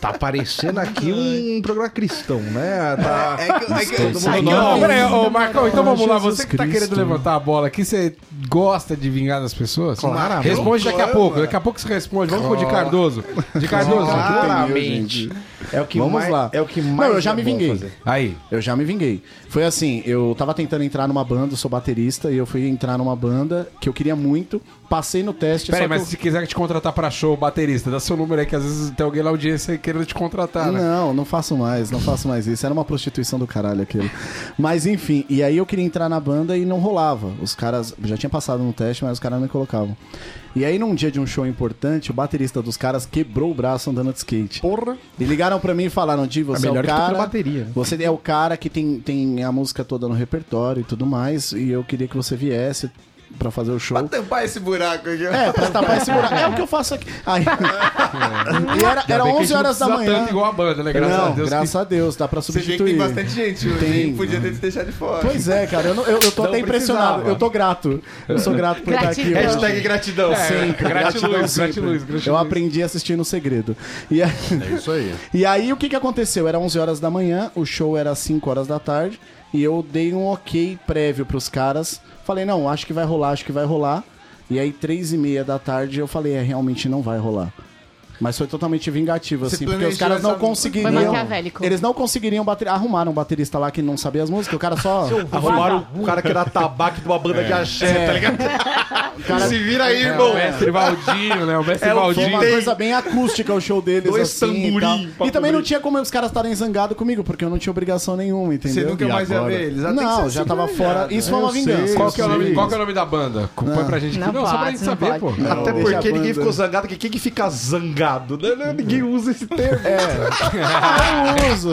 S1: Tá parecendo aqui um programa cristão, né?
S6: [LAUGHS]
S1: Tá.
S6: É que, é que todo mundo
S5: Não,
S6: não.
S5: peraí, ô Marcão, então vamos lá.
S4: Jesus
S5: Você que tá
S4: Cristo.
S5: querendo levantar a bola aqui, você gosta de vingar das pessoas?
S1: Claro.
S5: Responde daqui a
S6: Claro,
S5: pouco,
S6: mano.
S5: daqui a pouco você responde. Vamos pro de Cardoso. De Cardoso.
S1: Claramente. É o que
S2: Vamos
S1: mais,
S2: lá.
S1: É o que mais.
S2: Não, eu já
S1: é
S2: me
S1: bom
S2: vinguei.
S1: fazer.
S5: Aí.
S2: Eu já me vinguei. Foi assim, eu tava tentando entrar numa banda, eu sou baterista, e eu fui entrar numa banda que eu queria muito, passei no teste,
S5: Peraí,
S2: só que
S5: mas
S2: eu-
S5: se quiser te contratar pra show, baterista, dá seu número aí, que às vezes tem alguém na audiência querendo te contratar, né?
S2: Não, não faço mais, não faço mais isso. Era uma prostituição do caralho aquilo. Mas enfim, e aí eu queria entrar na banda e não rolava. Os caras já tinha passado no teste, mas os caras não me colocavam. E aí num dia de um show importante, o baterista dos caras quebrou o braço andando de skate.
S1: Porra.
S2: E ligaram pra mim e falaram: Di, você é,
S1: melhor
S2: o
S1: que tocar
S2: cara.
S1: bateria.
S2: Você é o cara que tem, tem a música toda no repertório e tudo mais. E eu queria que você viesse pra fazer o show.
S6: Pra tampar esse buraco aqui. ó.
S2: É, pra tapar esse buraco. É o que eu faço aqui. Aí- E era,
S5: Ainda
S2: era
S5: bem que a gente
S2: 11
S5: não
S2: horas da
S5: precisa
S2: manhã.
S5: Tanto igual a banda, né? Graças
S2: não,
S5: a Deus.
S2: graças
S5: que-
S2: a Deus, dá pra
S6: Você vê que
S2: substituir.
S6: tem bastante gente hoje.
S2: Tem.
S6: hein?
S7: né?
S6: Podia ter te deixado de fora.
S2: Pois é, cara, eu, não- eu, eu tô até impressionado.
S5: precisava.
S2: Eu tô grato. Eu sou grato por estar aqui.
S3: Gratidão.
S2: hoje.
S1: Hashtag gratidão.
S5: É,
S2: Sempre, gratidão
S5: gratiluz,
S2: sempre.
S5: gratiluz, gratiluz.
S2: Eu aprendi a assistir no segredo. E aí,
S7: É isso aí.
S2: [LAUGHS] e aí, o que, que aconteceu? Era 11 horas da manhã, o show era 5 horas da tarde, e eu dei um ok prévio pros caras. Falei, não, acho que vai rolar, acho que vai rolar. E aí, 3 e meia da tarde, eu falei, é, realmente não vai rolar. Mas foi totalmente vingativo,
S6: Você
S2: assim, porque os
S6: planejou
S2: caras não
S6: essa-
S2: conseguiriam.
S3: Foi maquiavélico.
S2: Eles não conseguiriam bater. Arrumaram um baterista lá que não sabia as músicas, o cara
S6: [LAUGHS]
S2: só.
S1: Arrumaram o cara que era tabaco de uma banda de axé, tá ligado?
S2: cara-
S1: Se vira aí,
S5: É, o
S1: irmão.
S5: mestre Valdinho, né? O mestre
S1: É, o
S2: Foi uma
S5: Valdinho.
S2: coisa bem acústica o show deles.
S1: Dois
S2: assim, e, tal.
S1: tamborim pra
S2: e também não
S1: cobrir.
S2: tinha como os caras estarem zangados comigo, porque eu não tinha obrigação nenhuma, entendeu?
S6: Você nunca mais ia ver eles. Ah, tem que ser
S2: Não,
S6: assim,
S2: já tava
S6: né?
S2: fora. Isso foi uma
S7: sei,
S2: vingança.
S5: Qual que, é o nome,
S7: Sim.
S5: qual que é o nome da banda? Põe pra gente aqui.
S3: Não
S5: só pra
S3: pode,
S5: gente
S3: não
S5: saber,
S3: pode.
S5: pô.
S1: Até
S2: deixa a
S1: porque ninguém
S2: banda.
S1: ficou zangado. que Quem que fica zangado? né? Né? Ninguém usa esse termo.
S2: Eu uso.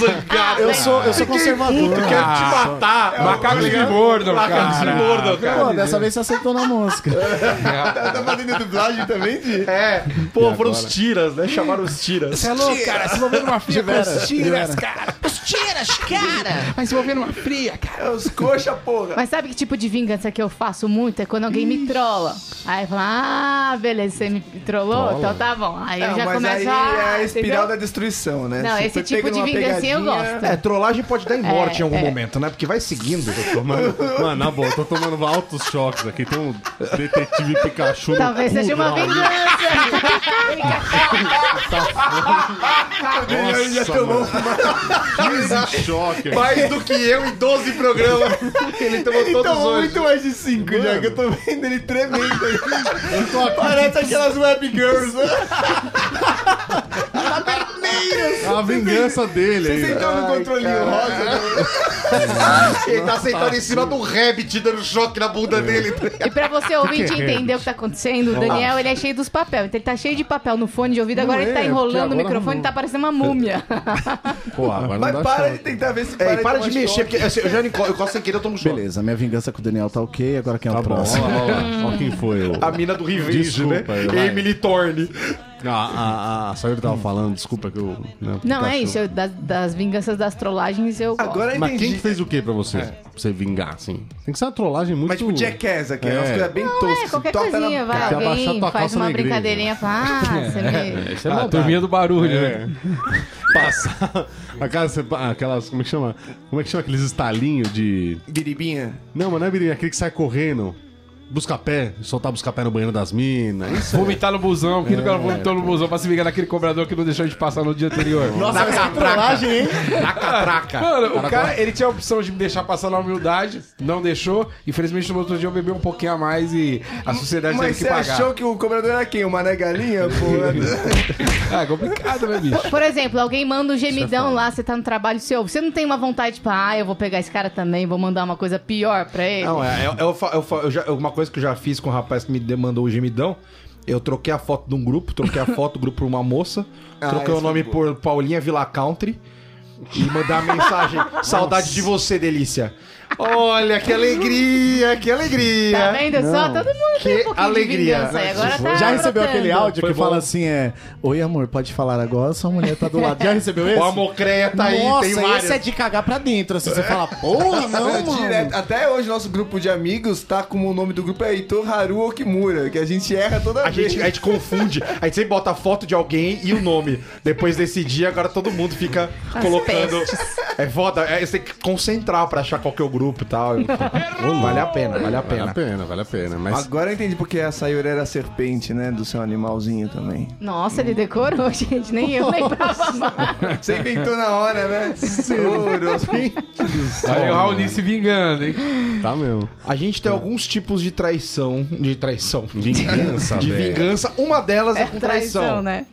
S1: Zangado.
S2: Eu sou,
S1: Ah,
S2: eu sou conservador.
S6: é
S1: Quero te matar.
S5: Macaco de mordo,
S1: Macaco de
S5: cara.
S1: mordo, cara.
S2: Pô, dessa vez você acertou na música.
S6: Tá fazendo dublagem também, de...
S1: É, pô, foram os tiras, né? Chamaram os tiras.
S5: Você é louco, cara. Se envolvendo uma fria com os tiras, cara.
S8: Os tiras, cara!
S5: Mas se envolvendo uma fria, cara.
S6: É Os coxa, porra.
S3: Mas sabe que tipo de vingança que eu faço muito? É quando alguém me trola. Aí fala, ah, beleza, você me trollou? Então tá bom. Aí eu
S6: Não,
S3: já
S6: mas
S3: começo
S6: aí
S3: a.
S6: é a espiral
S3: entendeu?
S6: da destruição, né?
S3: Não,
S6: Você
S3: esse
S6: foi
S3: tipo
S6: pego
S3: de
S6: numa
S3: vingancinha eu
S6: pegadinha-
S3: gosto.
S1: É, trollagem pode dar em morte em algum
S3: é.
S1: momento, né? Porque vai seguindo.
S7: Mano, mano, na boa, eu tô tomando altos choques aqui. Tem um detetive Pikachu. no
S3: Talvez
S7: cu
S3: seja uma
S7: dela.
S6: [LAUGHS]
S3: vingança.
S6: Ele já
S7: Nossa,
S6: tomou
S7: mano. 15 choques.
S1: Mais do que eu em 12 programas. Ele tomou
S6: Ele
S1: todos
S6: tomou
S1: hoje.
S6: muito mais de cinco já, que eu tô vendo ele tremendo [LAUGHS] aqui. Parece aquelas webgirls, né?
S7: É A vingança dele aí.
S6: Sentado tá no controlinho rosa.
S1: [LAUGHS] Ele tá É. sentado em cima do rabbit, dando choque na bunda dele.
S3: E pra você ouvinte entender o que tá acontecendo, o Daniel ele é cheio dos papéis. Então ele tá cheio de papel no fone de ouvido, agora ele tá
S7: é,
S3: enrolando
S7: porque
S3: o
S7: agora
S3: microfone e tá parecendo uma
S6: [LAUGHS]
S3: múmia.
S7: Pô, agora
S6: Mas
S7: não dá
S6: para
S7: choque.
S6: de tentar ver se
S1: É, e para
S6: tomar
S1: de mexer,
S6: choque.
S1: porque assim, eu já não encosto, eu encosto sem querer, eu tomo choque.
S2: Beleza, minha vingança com o Daniel tá ok, agora quem é o
S7: Tá bom, olha
S2: próximo?
S7: lá, olha lá. Olha quem foi. o-
S1: A mina do Revenge, né?
S7: Desculpa, vai.
S1: Emily Thorne.
S7: A, a, a, a Sayuri tava falando, desculpa que eu. né,
S3: Não, é
S7: Pikachu.
S3: isso. eu- das, das vinganças das trollagens eu. gosto.
S6: Agora é eu
S7: Mas quem
S6: entendi.
S7: que fez o que pra você? Pra você vingar, assim? Tem que ser uma trollagem muito.
S6: Mas tipo Jackass aqui, é.
S7: É.
S6: umas coisas bem toscas.
S3: É, qualquer
S6: Toca na
S3: coisinha, vai.
S7: Se abaixar
S3: Alguém
S7: tua
S3: faz
S7: calça
S3: uma
S7: na igreja.
S3: brincadeirinha, fala, ah,
S7: [LAUGHS]
S3: você me.
S7: Isso é
S5: Ah,
S7: maldade.
S5: turminha do barulho,
S7: É. [LAUGHS]
S5: né?
S7: Passar. Aquelas, aquelas. Como é que chama? Como é que chama aqueles estalinhos de.
S6: Biribinha.
S7: Não, mas não é birinha, aquele que sai correndo. Busca pé, soltar busca pé no banheiro das minas. Isso
S5: Vomitar no busão,
S7: É.
S5: aquilo que ela vomitou no busão pra se vingar daquele cobrador que não deixou de passar no dia anterior. Nossa,
S1: Na catraca. Na catraca.
S5: Mano, o cara, ele tinha a opção de me deixar passar na humildade, não deixou. Infelizmente, no outro dia eu bebi um pouquinho a mais e a sociedade teve
S6: Mas você
S5: que pagar.
S6: achou que o cobrador era quem? O Mané Galinha? [LAUGHS] Pô,
S5: Ah, é complicado, né, [LAUGHS] bicho?
S3: Por exemplo, alguém manda um gemidão lá, você tá no trabalho seu. Você não tem uma vontade, tipo, ah, eu vou pegar esse cara também, vou mandar uma coisa pior pra ele.
S1: Não, é, eu, eu, fa- eu, fa- eu já- uma coisa que eu já fiz com um rapaz que me demandou o gemidão. Eu troquei a foto de um grupo, troquei a foto do grupo por uma moça, troquei o nome por Paulinha Villa Country e mandar a mensagem: Saudade de você, delícia. Olha que alegria, que alegria.
S3: Tá vendo só? Todo mundo tem
S1: É. Que
S3: um pouquinho
S1: alegria.
S3: de vingança aí. Agora tá
S2: Já recebeu aquele
S3: brotando.
S2: áudio que fala assim, é... Oi, amor, pode falar agora? Sua mulher tá do lado. Já
S7: [LAUGHS]
S2: recebeu esse?
S1: Ó, a mocreia tá aí,
S2: Nossa,
S1: tem várias.
S2: esse é de cagar pra dentro. Assim, você fala,
S7: [LAUGHS]
S2: porra, não,
S7: É
S2: mano.
S6: direto. Até hoje nosso grupo de amigos tá como o nome do grupo é Heitor Haru Okimura, que a gente erra toda
S1: A
S6: vez.
S1: gente, a gente confunde, a gente sempre bota a foto de alguém e o nome. Depois desse dia, agora todo mundo fica colocando. É foda, é, você tem que concentrar pra achar qual que é o grupo e tal. Vale a pena, vale
S7: Vale
S1: a
S7: a
S1: pena.
S7: pena, vale a pena. Mas
S6: Agora eu entendi porque a Sayuri era a serpente, né? Do seu animalzinho também.
S3: Nossa, ele decorou, [LAUGHS] gente. Nem eu lembrava mais.
S6: Você inventou na hora, né? Seguro.
S5: Aí o Raoni se vingando, hein?
S7: tá mesmo.
S1: A gente tem alguns tipos de traição. De traição.
S7: Vingança,
S1: De
S7: velho.
S1: vingança. Uma delas é, com traição.
S3: né?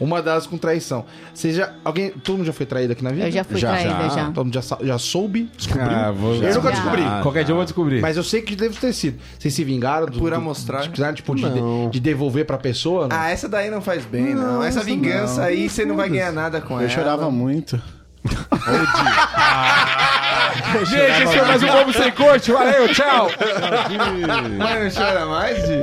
S1: Uma delas é com traição. Você já. Alguém. Todo mundo já foi traído aqui na vida? Ah,
S3: Eu já fui
S7: Já,
S3: traída,
S7: já.
S3: já.
S1: Todo mundo já, sa- já soube, descobriu.
S7: Ah, vou-
S1: eu nunca
S3: já.
S1: descobri.
S7: Ah,
S5: Qualquer dia eu vou descobrir.
S1: Mas eu sei que deve ter sido. Vocês se vingaram do,
S6: Por
S1: do-
S6: amostrar.
S1: de- tipo, de,
S7: Não.
S1: de devolver pra pessoa? não?
S6: [LAUGHS] Ah, essa daí não faz bem, não.
S7: Não,
S6: essa
S7: isso
S6: vingança
S7: não.
S6: aí você não vai ganhar nada com ela.
S2: Eu chorava muito.
S5: Gente, esse foi mais um Bobo Sem Corte. Valeu, tchau!
S6: Mas não chora mais, Di?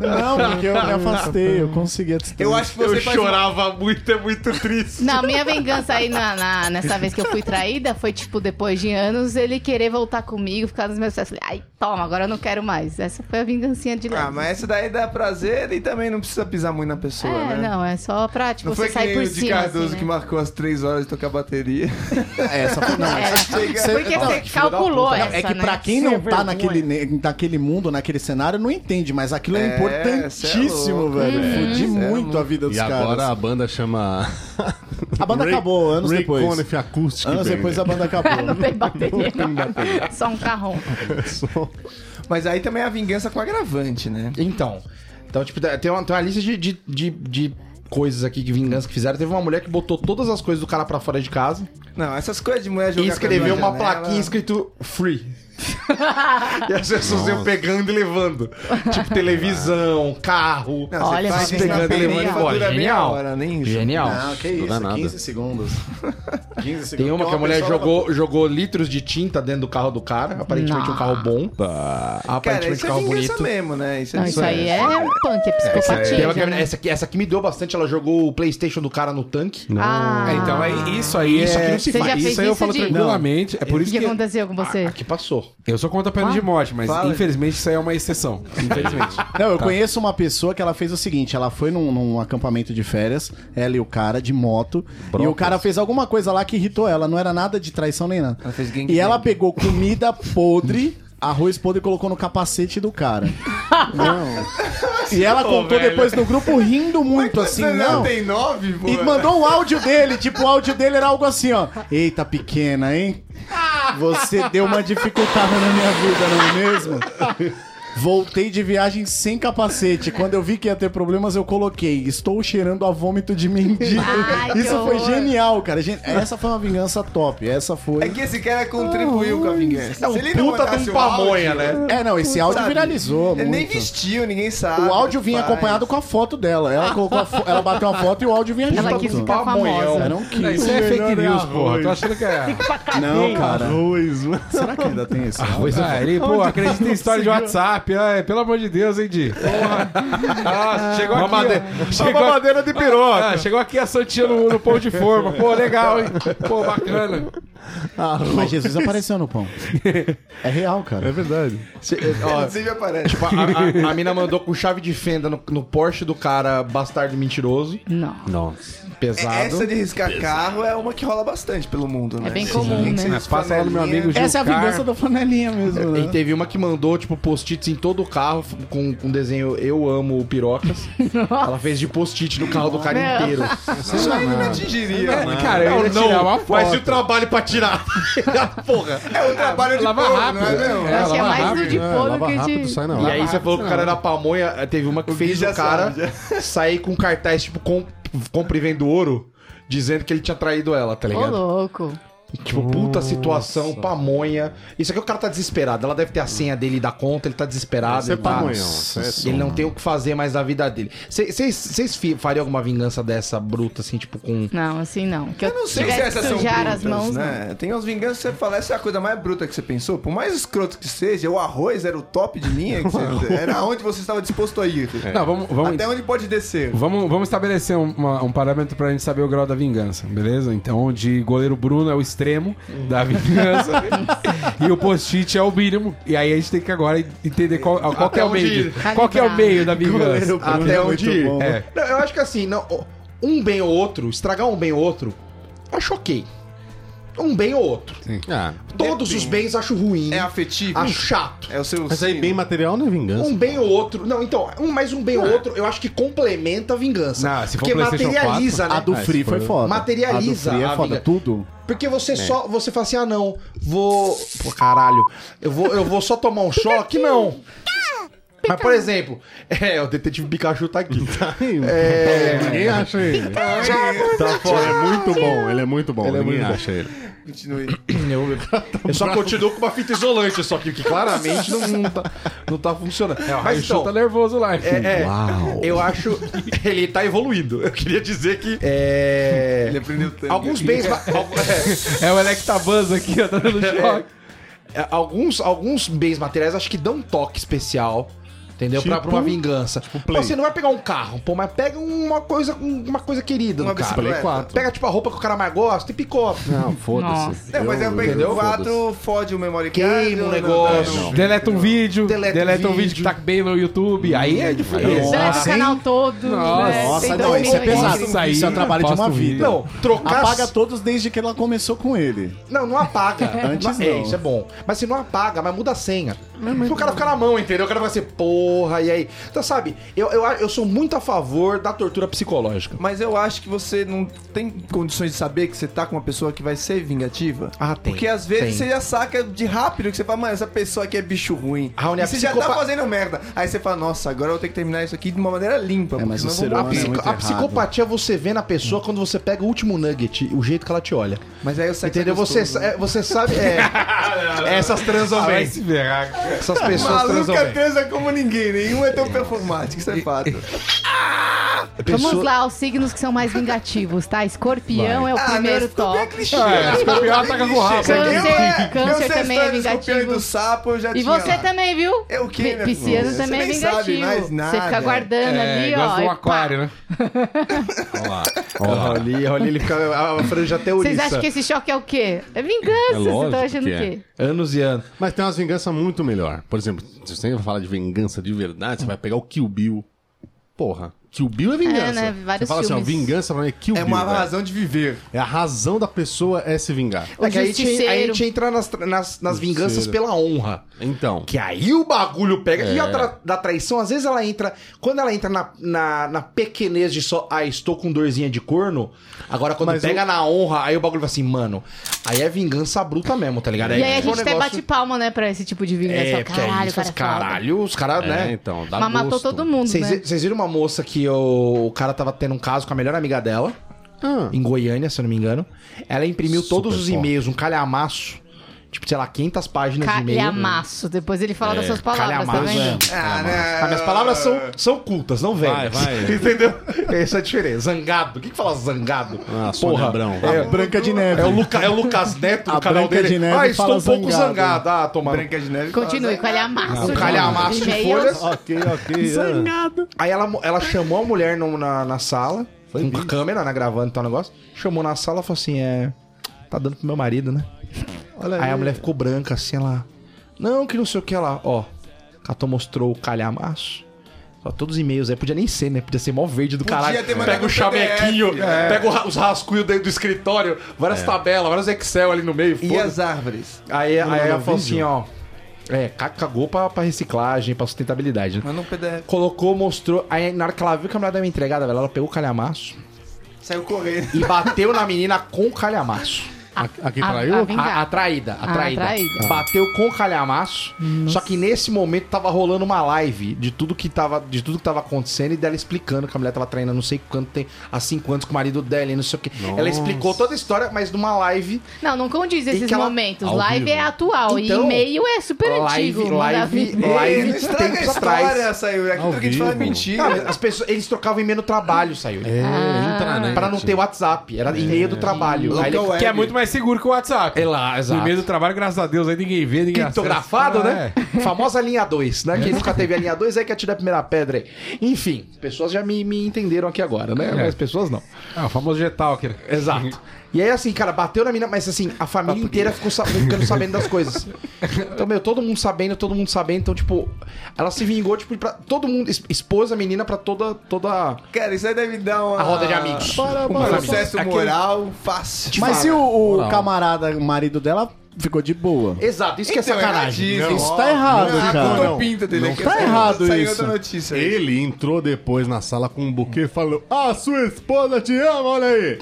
S2: Não, porque eu me afastei, eu consegui a distância.
S6: Eu acho que você faz um-
S1: muito, é muito triste.
S3: Não, minha vingança aí na, na- nessa vez que eu fui traída foi, tipo, depois de anos, ele querer voltar comigo, ficar nos meus pés. Falei, ai, toma, agora eu não quero mais. Essa foi a vingancinha de leve.
S6: Ah, mas essa daí dá prazer e também não precisa pisar muito na pessoa,
S3: É,
S6: né?
S3: não, é só pra, tipo,
S6: Não foi
S3: você
S6: que
S3: sair
S6: nem
S3: por
S6: o
S3: cima.
S6: de Cardoso
S3: assim, né?
S6: que marcou as três horas de tocar bateria. [LAUGHS]
S2: é [LAUGHS] Essa foi, não,
S3: Era. Porque É. você calculou essa,
S2: É que
S3: né?
S2: pra quem não tá
S3: [LAUGHS]
S2: naquele, ne- naquele mundo, naquele cenário, não entende, mas aquilo é,
S6: É, cê é
S2: importantíssimo,
S6: louco,
S2: velho.
S6: velho.
S2: Fudi
S6: Cê é
S2: muito a vida dos
S7: E agora a
S2: caras.
S7: banda chama.
S2: A banda acabou, anos
S7: Ray
S2: depois.
S7: Conniff Acoustic.
S2: Anos
S7: Band.
S2: depois a banda acabou.
S6: [LAUGHS]
S3: Não tem bateria. não. Só um carrão.
S6: Mas aí também é a vingança com agravante, né?
S1: Então, então tipo, tem uma, tem uma lista de, de, de, de coisas aqui de vingança que fizeram. Teve uma mulher que botou todas as coisas do cara pra fora de casa
S6: Não, essas coisas de mulher
S1: e
S6: jogar. com a
S1: escreveu
S6: minha
S1: uma
S6: janela-
S1: plaquinha escrito free. E as pessoas iam pegando e levando. Tipo, televisão, carro.
S3: Olha,
S1: Você
S3: mas
S1: faz pegando e levando embora. Genial.
S6: Hora, nem
S1: Genial.
S2: Não, que
S7: Não é dá
S2: isso,
S7: nada.
S2: 15 segundos. 15 segundos.
S1: Tem uma que a mulher
S2: pessoa-
S1: jogou, jogou litros de tinta dentro do carro do cara. Aparentemente um carro bom.
S6: Cara,
S1: Aparentemente
S6: isso
S1: um
S6: é
S1: carro
S6: vingança
S1: bonito.
S6: mesmo, né? Isso é
S3: Não, isso
S6: vingança.
S3: aí é punk, é psicopatia.
S1: Tem uma que a
S3: já,
S1: mina-
S3: né?
S1: essa, aqui, essa aqui me deu bastante. Ela jogou o PlayStation do cara no tanque.
S3: Ah,
S5: É, então, é isso aí.
S1: Isso aqui
S5: é...
S1: não se
S3: Você já
S1: faz.
S3: fez
S5: Isso aí eu
S3: isso,
S5: falo
S3: Di?
S5: tranquilamente. É por
S3: O
S5: isso
S3: que
S5: que.
S3: aconteceu com você?
S1: Aqui passou.
S5: Eu sou contra a pena de morte, mas
S6: Fala.
S5: infelizmente isso aí é uma exceção. Infelizmente.
S2: Não,
S6: Tá.
S2: eu conheço uma pessoa que ela fez o seguinte: ela foi num, num acampamento de férias, ela e o cara, de moto, e o cara fez alguma coisa lá que irritou ela, não era nada de traição nem nada.
S6: fez gangbang.
S2: e ela pegou comida podre. [LAUGHS] Arroz podre e colocou no capacete do cara. Não. E ela contou depois no grupo rindo muito assim, não.
S6: Tem nove, pô.
S2: E mandou um áudio dele, tipo, o áudio dele era algo assim, ó. Eita, pequena, hein? Você deu uma dificultada na minha vida, não é mesmo? Voltei de viagem sem capacete. Quando eu vi que ia ter problemas, eu coloquei. Estou cheirando a vômito de mendigo.
S3: Ai, que
S2: Isso foi
S3: horror.
S2: genial, cara. Gen- Essa foi uma vingança top. Essa foi.
S6: É que esse cara contribuiu com a vingança.
S1: É um
S6: Se ele não
S1: puta de
S6: mandasse
S1: um
S6: o áudio,
S1: pamonha, né?
S2: É, não, esse áudio
S6: sabe?
S2: viralizou.
S6: Ele nem
S2: muito.
S6: vestiu, ninguém sabe.
S2: O áudio vinha
S6: faz. [LAUGHS]
S2: acompanhado com a foto dela. Ela, colocou a fo- ela bateu uma foto e o áudio vinha junto.
S3: Ela quis ficar
S1: pamonhão.
S3: famosa.
S2: Era um quilo.
S5: Isso é fake news, porra. Tô achando que é.
S2: Não, cara. Será que ainda tem isso?
S5: Ah, ele, pô, acredita em história de WhatsApp. Ai, pelo amor de Deus, hein, Di? Ah, chegou aqui. ó. Chegou,
S1: madeira de piroca.
S5: ah, chegou aqui a Santinha no, no pão de forma. Pô, legal, hein? Pô, bacana.
S2: Mas Jesus apareceu no pão. É real, cara.
S7: verdade.
S1: Ó,
S6: Inclusive aparece.
S1: tipo, a, a, a mina mandou com chave de fenda no, no Porsche do cara bastardo mentiroso.
S3: Não.
S7: Nossa.
S1: Pesado.
S6: É,
S5: É,
S6: Essa de riscar carro é uma que rola bastante pelo mundo, né?
S3: É bem comum,
S6: Tem que
S3: né?
S6: ser
S5: Mas passa lá no meu amigo
S2: Essa é a
S5: Gilcar.
S2: vingança da flanelinha mesmo,
S1: E
S2: né?
S1: teve uma que mandou, tipo, post-its em todo o carro com, com desenho Eu Amo Pirocas. Ela fez de post-it no carlo do cara
S3: Não.
S1: inteiro.
S6: Isso aí não me atingiria, né? mano.
S5: É, cara, eu ia tirar uma
S1: mas e o
S5: foto.
S1: trabalho pra tirar? [LAUGHS] Ah, Porra.
S6: É o trabalho de
S5: lava
S6: povo,
S5: rápido.
S6: não é mesmo?
S3: Eu acho que é
S5: lava
S3: mais do
S5: rápido,
S3: de
S7: É, lava
S3: polo que
S7: rápido,
S3: de.
S7: sai na
S1: E
S7: hora.
S1: aí você falou que o cara era pamonha, teve uma que fez
S6: já
S1: o cara sair com cartaz, tipo, com, compra e vendo ouro, dizendo que ele tinha traído ela, tá
S3: Ô,
S1: ligado?
S3: louco.
S1: Tipo, puta situação, pamonha. Isso aqui o cara tá desesperado. Ela deve ter a senha dele da conta, ele tá desesperado.
S7: Isso é
S1: ele tá-
S7: pamonhão, isso é
S1: ele não
S7: soma.
S1: tem o que fazer mais da vida dele. Vocês fariam alguma vingança dessa bruta, assim, tipo, com.
S3: Não, assim não. Que eu,
S6: Eu não sei se
S3: tivesse
S6: essas
S3: que
S6: são
S3: sujar
S6: brutas,
S3: as mãos.
S6: né? Tem umas vinganças que você fala, essa é a coisa mais bruta que você pensou. Por mais escroto que seja, o arroz era o top de linha. Que você, era onde você estava disposto a ir.
S5: É. Não, vamos, vamos,
S6: Até onde pode descer.
S5: Vamos, vamos estabelecer um, uma- um parâmetro pra gente saber o grau da vingança, beleza? Então, de goleiro Bruno é o extremo
S1: Uhum.
S5: da
S1: [LAUGHS]
S5: vingança e o post-it é o mínimo. E aí a gente tem que agora entender qual, qual que é o
S1: Até onde
S5: meio.
S3: ir?
S5: Qual que é o meio da vingança?
S2: Goleiro Bruno
S1: Até
S2: é
S1: onde
S2: muito
S1: ir?
S2: bom.
S5: É.
S1: Não, eu acho que assim, não, um bem ou outro, estragar um bem ou outro, acho ok. Um bem ou outro.
S7: Ah,
S1: Todos os bens acho ruim.
S6: É afetivo?
S1: Acho chato.
S6: É o seu
S7: mas aí
S6: sino?
S7: bem material não é vingança.
S1: Um bem ou outro. Não, então, um mais um bem ou outro, eu acho que complementa a vingança.
S5: Não, se for
S1: porque
S5: PlayStation
S1: materializa, né?
S2: A
S7: É,
S2: do Free foi foda.
S1: Materializa
S2: A do Free
S1: a
S2: é foda.
S1: vida.
S2: Tudo.
S1: Porque você só. Você fala assim, ah não, vou. Pô, caralho, eu vou, eu vou só tomar um choque? Não. Mas, por exemplo, é, o detetive Pikachu tá aqui.
S7: É, ninguém acha ele. Tá fora, é muito bom, ele é muito bom, ninguém
S1: muito bom.
S7: acha ele.
S6: Continue.
S1: Eu, eu só continuo com uma fita isolante, só que, que claramente não, não, tá, não tá funcionando.
S5: Aí o
S1: Mas então,
S5: show tá nervoso lá. enfim.
S1: é, é, eu acho. Ele tá evoluindo. Eu queria dizer que. É.
S6: Ele aprendeu tanto.
S1: Alguns bens. ma- al- é,
S5: É o Electabuzz aqui, ó, tá dando
S1: [LAUGHS]
S5: choque.
S1: é, alguns, alguns bens materiais acho que dão um toque especial. Entendeu? pra, pra
S2: Tipo?
S1: uma vingança. Pô, você não vai pegar um carro, pô, mas pega uma coisa, uma coisa querida
S6: Uma
S1: do cara.
S6: bicicleta. Play quatro.
S1: Pega tipo a roupa que o cara mais gosta e
S2: É,
S1: picota.
S7: Não,
S3: foda-se.
S7: foda-se.
S6: Não, mas é bem que o
S7: Entendeu?
S6: fato fode o memory card.
S1: Queima o
S6: não, não,
S1: negócio.
S6: não.
S5: Deleta um vídeo, deleta,
S1: Deleta Uhum.
S5: um
S1: um
S5: vídeo que tá bem no YouTube. Aí é difícil.
S2: Nossa,
S3: Deleta o
S2: hein?
S3: canal todo.
S5: Nossa.
S3: né?
S2: Nossa,
S3: Tem
S2: não,
S3: dois
S2: isso é
S3: mil e-
S2: pesado.
S5: Isso aí,
S2: isso é o trabalho de
S5: posta
S2: uma
S5: um vídeo.
S2: vida.
S1: Não, trocar.
S2: Apaga todos desde que ela começou com ele.
S1: Não, não apaga.
S2: [LAUGHS] Antes
S1: É,
S2: não.
S1: isso é bom. Mas se não apaga, mas muda a senha. Porque o cara fica na mão, entendeu? O cara vai ser porra, e aí. Então, sabe, eu, eu, eu sou muito a favor da tortura psicológica.
S6: Mas eu acho que você não tem condições de saber que você tá com uma pessoa que vai ser vingativa.
S1: Ah, tem,
S6: Porque às vezes
S1: tem.
S6: você já saca de rápido que você fala, mano, essa pessoa aqui é bicho ruim.
S1: Raoni,
S6: e
S1: a
S6: você já tá
S1: psicopa-
S6: fazendo merda. Aí você fala, nossa, agora eu vou ter que terminar isso aqui de uma maneira limpa.
S2: É, mas
S6: porque
S2: o
S6: senão eu
S2: ser
S6: vou-
S1: A,
S2: humano- Mano, é
S1: psico-
S2: muito
S1: a
S2: errado.
S1: psicopatia você vê na pessoa quando você pega o último nugget, o jeito que ela te olha.
S6: Mas aí o sexo
S1: Entendeu?
S6: é
S1: Você,
S6: gostoso,
S1: sa- é, você sabe. É, essas transam
S5: Ah, Vai
S1: bem.
S5: se ferrar.
S3: Tá
S1: Essas pessoas transam
S6: Maluca
S1: bem.
S6: transa é como ninguém, nenhum é tão performático, isso é fato.
S3: Vamos
S1: Pessoa-
S3: lá, os signos que são mais vingativos, tá? Escorpião é o
S6: Ah, meu
S3: primeiro
S6: escorpião é
S3: top.
S6: clichê.
S5: É, escorpião ataca com o rabo.
S6: Isso aqui é-
S3: Câncer-
S6: meu
S3: câncer
S6: sexto
S3: também é
S6: ano, escorpião
S3: vingativo.
S6: e do sapo, eu já
S3: E
S6: tinha
S3: você
S6: lá.
S3: também, viu?
S6: É o quê,
S3: Pi-
S6: né,
S3: Pisciano
S6: filho?
S3: também é
S6: Você nem sabe
S3: vingativo.
S6: mais
S3: Você
S6: nada.
S3: fica guardando ali, ó.
S5: gosta de
S3: e
S5: um
S3: pá.
S5: aquário, né?
S3: [LAUGHS]
S1: é Olha, olha, ele fica. A franja até
S3: Vocês
S1: ouriça.
S3: acham que esse choque é o quê? É vingança,
S7: É
S3: vocês
S7: lógico
S3: estão achando
S7: que
S3: o
S7: é.
S3: quê?
S1: Anos e anos.
S7: Mas tem umas vinganças muito melhor. Por exemplo, se você falar de vingança de verdade, você vai pegar o Kill Bill. Porra, Kill Bill é vingança.
S3: É, né? Vários
S7: você fala assim, ó,
S3: filmes.
S7: vingança pra mim é Kill
S6: É
S7: Bill.
S6: uma
S7: velho.
S6: razão de viver.
S7: É a razão da pessoa é se vingar.
S3: O
S1: É que aí a gente, aí a
S3: justiceiro.
S1: gente entra nas, nas, nas vinganças pela honra.
S7: Então,
S1: Que aí o bagulho pega. E a tra- da traição, às vezes ela entra. Quando ela entra na, na, na pequenez de só. Ah, estou com dorzinha de corno. Agora, quando
S7: Mas
S1: pega na honra, aí o bagulho vai assim, mano. Aí é vingança bruta mesmo, tá
S3: E
S1: ligado?
S3: aí a
S1: tipo,
S3: gente até bate palma, né, pra esse tipo de vingança.
S1: É,
S3: Ó,
S1: porque aí
S3: caralho,
S1: você faz,
S3: cara. Caralho.
S1: caralho, os caras,
S7: é,
S1: né?
S7: então, dá
S3: Mas matou
S7: gosto.
S3: todo mundo,
S1: Vocês
S3: né?
S1: vocês viram uma moça que o, o cara tava tendo um caso com a melhor amiga dela,
S7: Ah.
S1: em Goiânia, se eu não me engano. Ela imprimiu todos os
S7: forte.
S1: e-mails, um calhamaço. Tipo, sei lá, 500 páginas de e-mail.
S3: Calhamaço. Depois ele fala das suas palavras, tá
S1: calhamaço,
S3: vendo?
S6: Ah, né?
S1: As minhas palavras são, são cultas, não velhas.
S7: Vai, vai.
S1: [LAUGHS] Entendeu? Essa é a diferença. Zangado. O que, que fala zangado?
S7: Ah, Sônia Abrão.
S1: É,
S2: Branca de Neve.
S1: é o, Luca- é o Lucas Neto do
S2: A
S1: canal
S2: Branca
S1: dele.
S2: de Neve
S1: ah, estou
S2: fala
S1: um pouco
S2: zangado.
S1: zangado. Ah, tomando.
S6: Branca de Neve.
S3: Continue,
S6: fala,
S3: calhamaço.
S1: Um
S3: de-
S1: calhamaço de
S3: e-mails.
S1: folhas.
S7: Ok, ok.
S6: é.
S7: ah.
S1: Aí ela, ela chamou a mulher no- na, na sala, com a câmera, né, gravando e tal negócio. Chamou na sala e falou assim: é. Tá dando pro meu marido, né?
S6: Olha
S1: Aí a mulher ficou branca, assim, ela. Não, que não sei o que ela. Ó, Catou mostrou o calhamaço. Ó, todos os e-mails aí, podia nem ser, né? Podia ser mó verde do
S6: Podia
S1: caralho.
S6: ter mandado
S1: Pega o
S6: um PDF,
S1: chamequinho, pega o
S6: É.
S1: ra- os rascunhos dentro do escritório, várias tabelas, vários Excel ali no meio.
S6: E
S1: foda-se.
S6: as árvores?
S1: Aí, aí
S7: mandar
S1: ela
S7: um
S1: falou assim,
S7: vídeo?
S1: ó. É, ca- cagou pra, pra reciclagem, pra sustentabilidade. né?
S6: Mas não PDF.
S1: Colocou, mostrou. Aí na hora que ela viu que a mulher deu uma entregada, velho, ela pegou o calhamaço
S6: Saiu correndo.
S1: e bateu na menina com o calhamaço.
S7: A- Aqui
S3: a-
S7: traiu?
S3: a- Vingar.
S1: A, a traída, a
S3: Ah,
S1: traída.
S3: a traída.
S1: Bateu com o calhamaço. Só que nesse momento tava rolando uma live de tudo que tava, de tudo que tava acontecendo e dela explicando que a mulher tava traindo não sei quanto tem, há cinco anos com o marido dela e não sei o que. Ela explicou toda a história, mas numa live.
S3: Não, não condiz esses
S1: que ela-
S3: momentos.
S7: Ao
S3: Live
S7: vivo.
S3: é atual
S1: Então,
S3: e e-mail é super
S1: live,
S3: antigo. manda
S1: live,
S3: ver.
S1: live,
S6: Não estraga a
S1: tempos
S6: história,
S1: atrás.
S6: saiu. Aqui
S7: Ao
S6: tudo que a gente fala é
S7: vivo.
S1: Ah,
S6: mentira.
S1: mas as pessoas, eles trocavam e-mail no trabalho, saiu.
S7: É, entra, né?
S1: Pra não ter WhatsApp, era e-mail do trabalho.
S6: Local
S1: Aí ele-
S6: web.
S5: Que é muito mais seguro que o WhatsApp.
S1: É lá, exato.
S5: No meio do trabalho, graças a Deus, aí ninguém vê, ninguém acessa.
S1: criptografado,
S5: Ah,
S1: né? Famosa linha 2, né? Quem nunca teve a linha 2 aí que atira a primeira pedra aí. Enfim, pessoas já me, me entenderam aqui agora, né? Mas pessoas não.
S5: é. Ah, o famoso Getal aqui.
S1: Exato. E aí, assim, cara, bateu na mina, mas assim, a família inteira ficou sa- ficando sabendo das coisas. Então, meu, todo mundo sabendo, todo mundo sabendo. Então, tipo, ela se vingou, tipo, pra todo mundo, es- expôs a menina pra toda, toda
S6: Cara, isso aí deve dar uma...
S1: a roda de amigos.
S6: Um processo moral fácil.
S2: Mas
S1: fala.
S2: se o, o camarada, o marido dela, ficou de boa?
S1: Exato, isso que é
S6: Então,
S1: sacanagem.
S6: erradíssimo.
S2: Isso tá errado,
S6: Ah,
S2: cara.
S6: cortou
S2: Não,
S6: pinta dele
S2: não
S6: aqui,
S2: tá
S6: essa-
S2: errado
S6: saiu
S2: isso.
S6: outra notícia aí.
S7: Ele entrou depois na sala com um buquê e falou: Ah, sua esposa te ama, olha aí!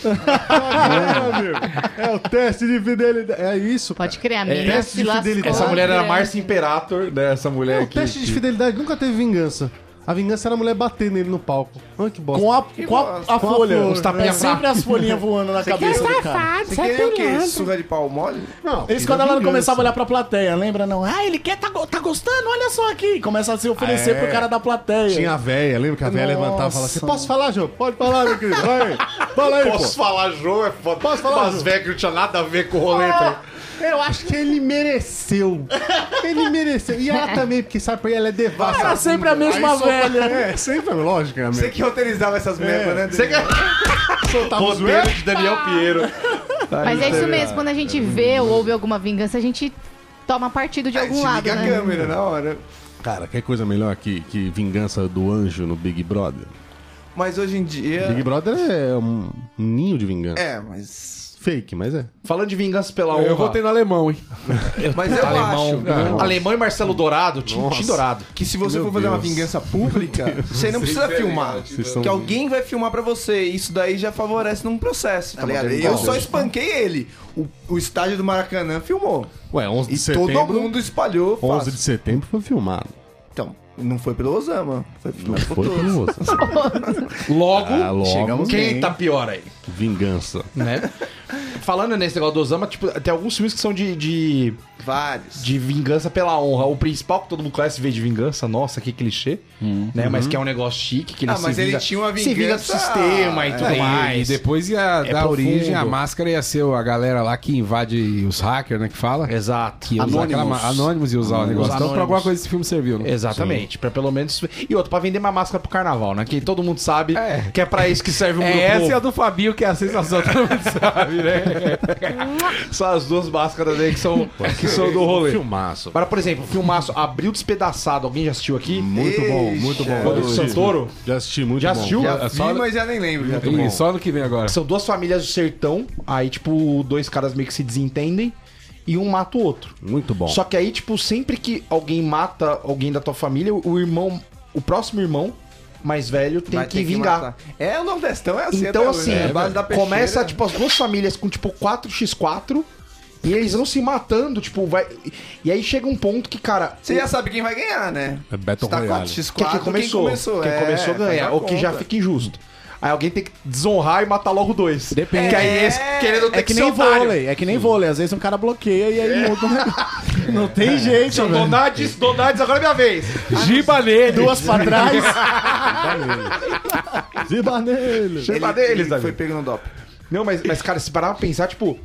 S7: Tá vendo, amigo? [LAUGHS] É o teste de fidelidade. É isso.
S3: Pode criar amigo.
S7: teste
S3: se
S7: de
S3: lascou,
S7: fidelidade.
S1: Essa mulher era
S3: grande.
S1: Márcia Imperator, né? Essa mulher
S7: É, o
S1: aqui.
S7: teste de fidelidade nunca teve vingança. A vingança era a mulher bater nele no palco. Olha que bosta.
S2: Com a, com a, a folha.
S7: flor. Os
S2: é
S1: tapinha
S2: sempre as folhinhas voando na cabeça do cara.
S6: Você queria o quê? Surra de pau mole?
S7: Não,
S2: Eles, É quando ela
S7: vingança.
S2: começava a olhar pra plateia, lembra? Não, ah, ele quer, tá, go- tá gostando, olha só aqui. Começa a se oferecer
S7: É.
S2: pro cara da plateia.
S7: Tinha a véia, lembra que a véia
S2: Nossa.
S7: levantava e falava assim: Posso falar, João? Pode falar, meu querido. [LAUGHS] Vai. Fala aí, pô.
S1: falar, João? É foda.
S7: Posso falar, Ju?
S1: velhas que não tinha nada a ver com o rolê. tá?
S7: Eu acho que ele [LAUGHS] mereceu. Ele mereceu. E ela também, porque sabe, pra ela é devassa.
S2: Era sempre a mesma
S7: Aí só-
S2: velha.
S7: É, sempre, lógico, é a
S6: Você
S7: mesma.
S6: que roteirizava essas
S2: É.
S6: merdas, né?
S1: Você quer
S7: soltava os
S1: roteiro é de Daniel
S7: Ah!
S1: Piero.
S3: Mas é isso mesmo, quando a gente vê ou ouve alguma vingança, a gente toma partido de
S6: Aí
S3: algum
S6: te
S3: lado,
S6: liga a
S3: né?
S6: câmera na hora.
S7: Cara, quer coisa melhor que, que vingança do anjo no Big Brother?
S6: Mas hoje em
S7: Big
S6: dia.
S7: Brother é um ninho de vingança.
S6: É, mas.
S7: Fake, mas é.
S1: Falando de vingança pela honra.
S5: Eu votei no alemão, hein?
S6: Mas eu acho. cara,
S1: Alemão e Marcelo Dourado, Tintin Dourado.
S6: Que se você for fazer uma vingança pública, você não precisa filmar.
S7: são-
S6: Porque alguém vai filmar pra você. e Isso daí já favorece num processo, tá ligado?
S7: mas
S6: Eu
S7: verdade.
S6: só espanquei ele. O, o estádio do Maracanã filmou.
S7: Ué, 11 de
S6: E
S7: setembro.
S6: todo mundo espalhou.
S1: é
S7: 11
S6: fácil.
S7: de setembro foi filmado.
S6: Então, não foi pelo Osama. Foi,
S7: Não
S6: mas
S7: foi
S6: todos.
S7: pelo Osama.
S1: Logo,
S7: Ah, logo.
S1: chegamos quem
S7: bem.
S1: tá pior aí,
S7: Vingança.
S1: né? Falando nesse negócio do Osama, tipo, tem alguns filmes que são de, de,
S6: Vários.
S1: de vingança pela honra. O principal que todo mundo conhece veio de vingança, nossa, que clichê, né? Mas que é um negócio chique, que ele
S6: Ah,
S1: se
S6: mas ele
S1: vinga-
S6: tinha uma
S1: Se vinga do
S6: vingança-
S1: sistema e tudo
S5: É, e-
S1: mais.
S5: E depois ia dar
S1: pro
S5: origem à
S1: mundo.
S5: máscara, ia ser a galera lá que invade os hackers, né? Que fala.
S1: Exato.
S5: Que ia usar aquela ma- Anônimos e usar o negócio. Então, pra
S1: É, Anônimos.
S5: alguma coisa esse filme serviu, né?
S1: Exatamente, pra pelo menos. E outro, pra vender uma máscara pro carnaval, né? Que todo mundo sabe
S5: É.
S1: que é pra isso que serve um
S5: É,
S1: grupo.
S5: essa é a do Fabio, que é a sensação todo mundo sabe, né?
S1: São as duas máscaras aí que são, que são do rolê.
S7: Filmaço.
S1: Agora, por exemplo, filmaço Abril Despedaçado, alguém já assistiu aqui?
S7: Muito bom, muito bom.
S1: Quando o Santoro
S7: Já assisti muito
S1: já
S7: bom.
S1: assistiu?
S6: Já vi,
S5: só-
S6: mas já nem lembro. Já tá
S5: Ih, só no que vem agora.
S1: São duas famílias do sertão, aí, tipo, dois caras meio que se desentendem e um mata o outro.
S7: Muito bom.
S1: Só que aí, tipo, sempre que alguém mata alguém da tua família, o irmão, o próximo irmão mais velho tem
S6: Vai
S1: que
S6: ter
S1: vingar.
S6: matar. é, o Nordestão é assim.
S1: Então,
S6: até hoje,
S1: assim,
S6: né? É base da peixeira.
S1: começa, tipo, as duas famílias com, tipo, 4x4 e eles vão se matando, tipo, vai... E aí chega um ponto que, cara...
S6: Você já sabe quem vai ganhar, né?
S7: É Battle
S6: Se tá
S7: Royale.
S6: 4x4,
S1: que é quem começou, quem começou,
S6: é, faz
S1: ganha,
S6: a
S1: ou que já
S6: conta.
S1: fica injusto. Aí alguém tem que desonrar e matar logo dois.
S6: É,
S2: Depende.
S1: Que aí esse querendo ter
S2: É que
S1: ser
S2: nem
S1: otário.
S2: vôlei, é que nem vôlei. Às vezes um cara bloqueia e aí muda o negócio. Não tem jeito,
S1: São
S2: velho.
S1: Donades, Donades, agora é minha vez.
S5: Giba nele!
S2: Duas pra trás.
S7: Ziba nele.
S1: Chega
S6: Ele,
S1: deles,
S6: ele
S1: Davi.
S6: foi pego no dop.
S1: Não, mas, mas, cara, se parar pra pensar, tipo...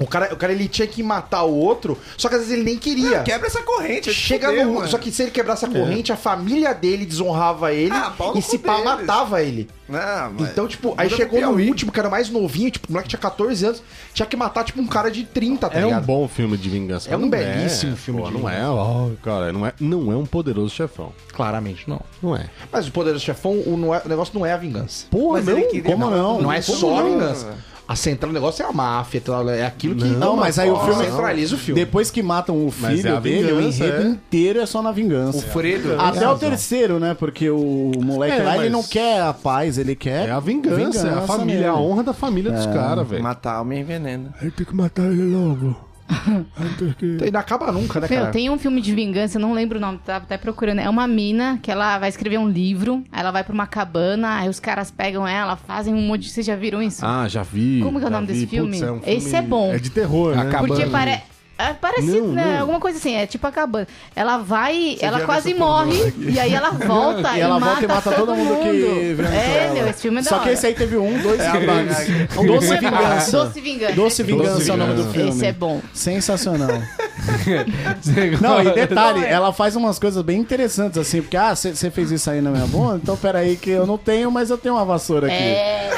S1: O cara, o cara, ele tinha que matar o outro, só que às vezes ele nem queria.
S6: Quebra essa corrente.
S1: Chega no. Só que se ele quebrasse a corrente, a família dele desonrava ele
S6: Ah, pau no
S1: e se
S6: cu
S1: pá
S6: deles.
S1: matava ele.
S6: Não, mas...
S1: Então, tipo, aí
S6: Muda pro
S1: chegou no
S6: Piauí.
S1: último, que era mais novinho, tipo, o moleque tinha 14 anos, tinha que matar, tipo, um cara de 30, tá
S7: É um
S1: ligado?
S7: bom filme de vingança.
S1: É um
S7: Não
S1: belíssimo filme
S7: pô,
S1: de
S7: não
S1: vingança.
S7: é, ó, cara, não é, não é um poderoso chefão.
S1: Claramente, não.
S7: Não é.
S1: Mas o Poderoso Chefão, o, não é- o negócio não é a vingança.
S7: Porra,
S6: Mas ele
S7: não,
S6: queria-
S2: um
S7: como não?
S1: Não é
S7: Como
S1: só a
S7: não?
S1: vingança. A central do negócio é a máfia, tal, é aquilo que.
S2: Não, mas aí o filme-
S1: centraliza o filme.
S2: Depois que matam o
S7: Mas é
S2: filho
S7: a
S2: dele, o
S7: vingança,
S2: enredo
S7: é.
S2: inteiro é só na vingança.
S6: Fredo.
S2: Até o terceiro, né? Porque o moleque
S7: É,
S2: lá, ele
S7: mas-
S2: não quer a paz, ele quer.
S7: É a vingança, é a família, é a
S2: mesmo.
S7: honra da família
S3: É.
S7: dos caras, velho.
S6: Matar
S1: é
S6: me envenena.
S7: Aí tem que matar ele logo.
S3: [LAUGHS]
S1: E não acaba nunca, né,
S3: Meu,
S1: cara?
S3: tem um filme de vingança, eu não lembro o nome, tava até procurando. É uma mina que ela vai escrever um livro, aí ela vai pra uma cabana, aí os caras pegam ela, fazem um monte de. Vocês já viram isso?
S7: Ah, já vi.
S3: Como que é o
S7: já
S3: nome
S7: vi.
S3: desse filme?
S7: um
S3: Esse é bom.
S7: É de terror, né?
S5: Acabou.
S3: Porque
S5: cabana,
S3: pare... é parecido,
S7: Não,
S3: né?
S7: não.
S3: Alguma coisa assim, é tipo a cabana. Ela vai, ela
S6: já
S3: quase
S6: viu essa pornô
S3: morre, e aí
S2: [LAUGHS]
S3: ela volta e,
S2: E ela
S3: mata
S2: volta e mata todo mundo que violentou
S3: É,
S2: ela.
S3: meu, esse filme é da
S2: Só que
S3: hora.
S2: esse aí teve um,
S7: É
S2: dois e três. Doce
S3: Doce
S2: Vingança.
S3: Doce Vingança.
S2: Doce Vingança é o nome do
S7: Vingança.
S2: filme.
S3: Esse é bom.
S7: [LAUGHS]
S2: Sensacional. [LAUGHS] Não,
S7: é
S2: e detalhe,
S3: é.
S2: ela faz umas coisas bem interessantes, assim, porque, ah, você fez isso aí na minha bunda? Então peraí, que eu não tenho, mas eu tenho uma vassoura aqui.
S3: É,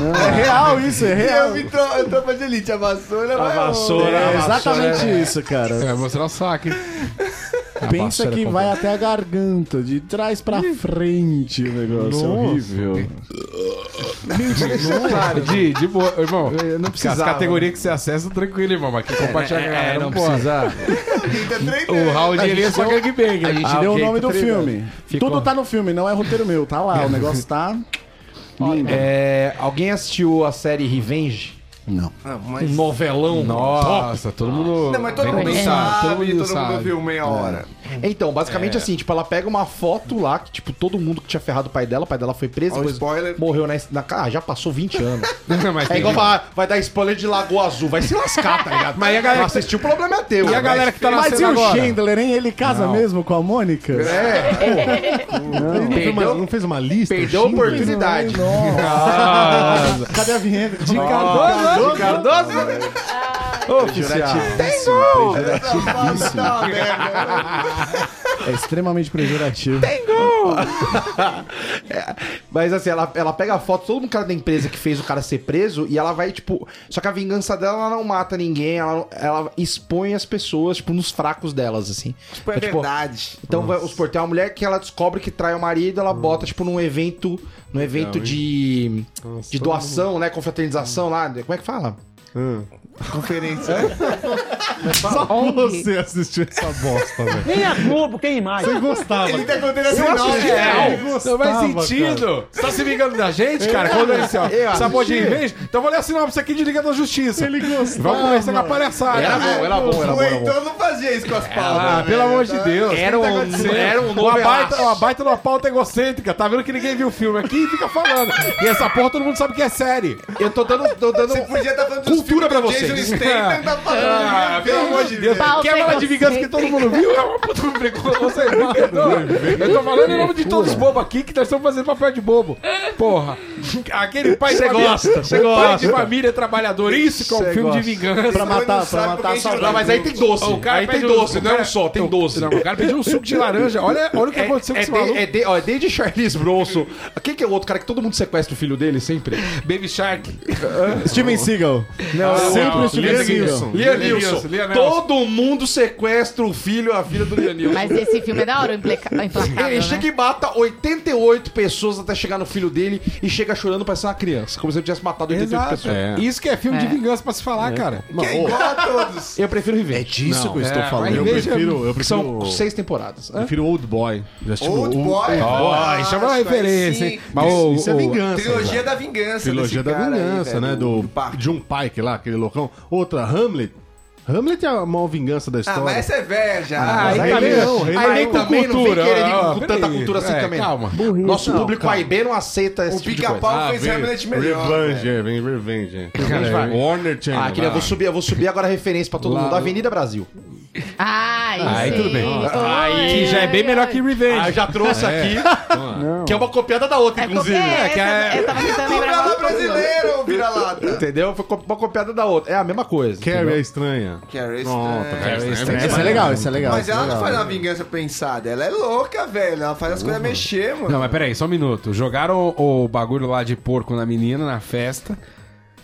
S2: Não, é real isso, é real.
S6: Eu vi tro Então, eu tropa de elite, né? a vassoura
S1: A
S6: vai
S1: vassoura,
S2: É
S1: a vassoura.
S2: exatamente isso,
S7: É.
S2: cara.
S5: Vai É, mostrar o saque.
S2: Pensa que vai até a garganta, de trás pra frente o negócio. É horrível.
S5: Claro, de, de boa. Irmão, não precisa. As
S1: precisava.
S5: categorias que você acessa, tranquilo, irmão. Mas que compartilhar com a galera, não, precisa. O
S6: longe.
S5: Raul de Elias só gangbang.
S2: A gente deu o nome do filme. Tudo tá no filme, não é roteiro meu, tá lá. O negócio tá. Lindo.
S1: É, alguém assistiu a série Revenge?
S2: Não.
S6: Ah,
S1: Um
S6: mas...
S1: novelão.
S5: Nossa, todo mundo.
S6: Não, mas todo
S5: bem
S6: mundo
S5: pensado,
S6: sabe,
S5: todo mundo sabe.
S6: viu meia
S1: É.
S6: hora.
S1: Então, basicamente assim, tipo, ela pega uma foto lá, que, tipo, todo mundo que tinha ferrado o pai dela, o pai dela foi preso,
S6: Olha o
S1: depois
S6: spoiler.
S1: morreu na, na. Ah, já passou 20 anos.
S5: Não, mas
S1: [LAUGHS] É
S5: tem-
S1: igual falar, vai dar spoiler de Lagoa Azul, vai se lascar, tá ligado?
S5: Mas e a galera
S1: Não
S5: que-
S1: assistiu, o problema é teu.
S5: E a
S1: né?
S5: galera que tá
S2: Mas e
S5: nascendo
S2: o
S5: agora?
S2: Chandler, hein? Ele casa
S5: Não.
S2: mesmo com a Mônica?
S1: É
S7: Não, fez uma, não fez uma lista?
S1: Perdeu a
S7: Schindler?
S1: oportunidade.
S2: Cadê a vinheta? De
S1: Cardoso, Cardoso.
S6: é,
S2: É extremamente pejorativo.
S1: É, mas assim, ela, ela pega a foto, todo mundo cara da empresa que fez o cara ser preso, e ela vai, tipo. Só que a vingança dela ela não mata ninguém, ela, ela expõe as pessoas, tipo, nos fracos delas, assim.
S6: Tipo, é verdade.
S1: Então, vai- os portões, é uma mulher que ela descobre que trai o marido, ela bota, tipo, num evento. Num evento de. de doação, né? Confraternização lá. Como é que fala?
S6: Conferência.
S7: Só você assistiu essa bosta, velho. Nem a Globo, quem mais? Você gostava.
S6: Ele tá contando assim, não,
S5: assisti,
S6: é.
S5: não.
S7: eu gostava,
S5: não faz sentido. Você tá se vingando da gente, cara? Quando ele assim, ó, essa porra de inveja? Então vou ler a sinopse aqui de Liga da Justiça.
S7: Ele gostava.
S5: Vamos começar com a palhaçada.
S6: Ah,
S1: Era bom, era bom, era bom.
S6: O
S1: Era bom.
S6: Heitor então não fazia isso com as palmas.
S5: Ah, pelo amor de Deus. tá
S1: Era um, era um
S5: Uma baita,
S1: novelaço.
S5: uma baita numa pauta egocêntrica. Tá vendo que ninguém viu o filme aqui e fica falando. E essa porra todo mundo sabe que é série.
S1: Eu tô dando. Tô dando
S6: Você podia estar falando dos
S1: Cultura
S6: filmes
S1: pra
S6: do
S1: vocês.
S6: Jason Statham, tá falando.
S5: Ah, pelo amor de Deus.
S3: Pauta
S5: Quer falar de vingança que todo mundo viu? É uma puta preconceito. Você me perdoa. Eu tô falando em nome de todos os bobos aqui que nós estamos fazendo papel de bobo. Porra. Aquele pai de
S1: Cê
S5: família-
S1: gosta, cê
S5: o pai
S1: gosta.
S5: de família trabalhador. Isso que é um
S1: Cê
S5: filme
S1: gosta.
S5: de vingança.
S2: Pra matar, pra
S6: sabe porque a
S2: matar a
S6: gente
S1: Não,
S2: saudade.
S1: mas aí tem doce.
S5: O cara
S1: aí tem
S5: pede um-
S1: doce,
S5: o
S1: não é
S5: cara-
S1: um só, tem
S5: Não,
S1: doce.
S5: Não, o cara pediu um suco de laranja. Olha, olha o que aconteceu com
S1: é,
S5: esse
S1: de-
S5: maluco.
S1: é de- ó, é desde Charles Bronson. Quem que é o outro cara que todo mundo sequestra o filho dele sempre?
S5: Baby Shark.
S7: Steven Seagal.
S1: Não,
S7: Sempre o Steven
S5: Liam
S7: Seagal.
S1: Lian Nilson.
S5: Liam Neeson.
S1: Todo mundo sequestra o filho e a filha do Lian Nilson.
S3: Mas esse filme é da hora, o Implaca- Implacável,
S1: Ele
S3: né?
S1: chega e mata 88 pessoas até chegar no filho dele e chega chorando parecendo uma criança, como se ele tivesse matado 88
S5: Exato.
S1: pessoas.
S5: Isso que é filme de vingança pra se falar, cara.
S6: É igual a todos.
S1: Eu prefiro
S7: É
S1: Revenge.
S7: disso que eu estou
S5: é,
S7: falando.
S5: mas
S7: Eu
S5: veja-
S7: prefiro, eu
S1: que são
S7: prefiro,
S1: seis temporadas. Hã?
S7: prefiro Old Boy. Já assisti
S6: Old Boy.
S5: Ó, isso é uma
S6: Nossa,
S5: referência,
S6: aí
S5: hein?
S6: sim.
S5: Mas o-
S7: Isso é
S5: o-
S7: vingança.
S6: Trilogia
S7: velho.
S6: da vingança.
S7: Trilogia
S6: desse
S7: da
S6: cara aí,
S7: vingança,
S6: velho,
S7: né? Do,
S6: Parque. Ah,
S7: John Pike lá, aquele loucão. Outra, Hamlet. Hamlet é a maior vingança da
S6: Ah,
S7: história.
S6: mas essa é velha já.
S5: Ah,
S6: Mas
S5: aí
S6: aí-
S5: também não, aí
S1: Aí
S5: nem com
S1: também não vem
S5: cultura,
S1: querer vir
S5: ó,
S1: com
S5: ó,
S1: tanta
S5: peraí.
S1: cultura assim
S5: É,
S1: também.
S5: calma.
S1: Nosso público A e B não aceita esse
S6: O
S1: tipo de coisa.
S6: pica-pau
S7: Ah,
S6: fez
S7: vem
S6: Hamlet melhor.
S7: Revenge,
S6: velho.
S7: é, vem Revenge.
S5: Cara,
S7: Vai. Warner Channel.
S1: Ah, queria,
S7: vai.
S1: vou subir, eu vou subir agora a referência pra todo
S5: Lá-
S1: mundo. Avenida Brasil.
S3: Ai,
S5: Aí
S3: sim.
S5: tudo bem.
S3: Oi,
S5: Que já é bem
S3: oi,
S5: melhor
S3: oi.
S5: que Revenge.
S1: Ah, eu já trouxe aqui, que é uma copiada da outra,
S3: É porque
S1: inclusive.
S3: é,
S5: que é-
S3: eu tava tentando lembrar.
S6: Vira-lata
S3: qual foi o nome.
S6: brasileiro, vira-lata.
S1: Entendeu? Foi co- uma copiada da outra. É a mesma coisa.
S7: Carrie
S1: entendeu?
S7: é estranha.
S6: Carrie é
S7: Pronto,
S6: estranha.
S7: Carrie é estranha.
S2: Esse é legal, esse é legal.
S6: Mas
S2: esse é
S6: ela não
S2: legal.
S6: faz uma vingança pensada. Ela é louca, velho. Ela faz as coisas mexer, mano.
S5: Não, mas peraí, só um minuto. Jogaram o, o bagulho lá de porco na menina, na festa.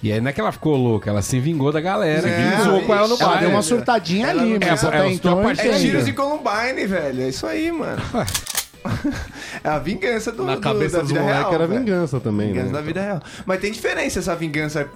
S5: E aí não é que ela ficou louca, ela se vingou da galera.
S6: É,
S5: que zoou com ela no
S2: Ela
S5: bar.
S2: deu
S5: né?
S2: uma surtadinha
S6: Ela
S2: ali,
S6: não-
S2: mas
S5: É, é,
S2: até
S5: os
S2: então eu
S5: dois partidos.
S6: É tiros
S2: entendo.
S6: de Columbine, velho. É isso aí, mano. É a vingança do,
S7: Na
S6: do-
S7: cabeça
S6: da
S7: dos
S6: vida real.
S7: moleques era
S6: velho.
S7: vingança também,
S6: Vingança da
S7: né?
S6: vida real. Mas tem diferença essa vingança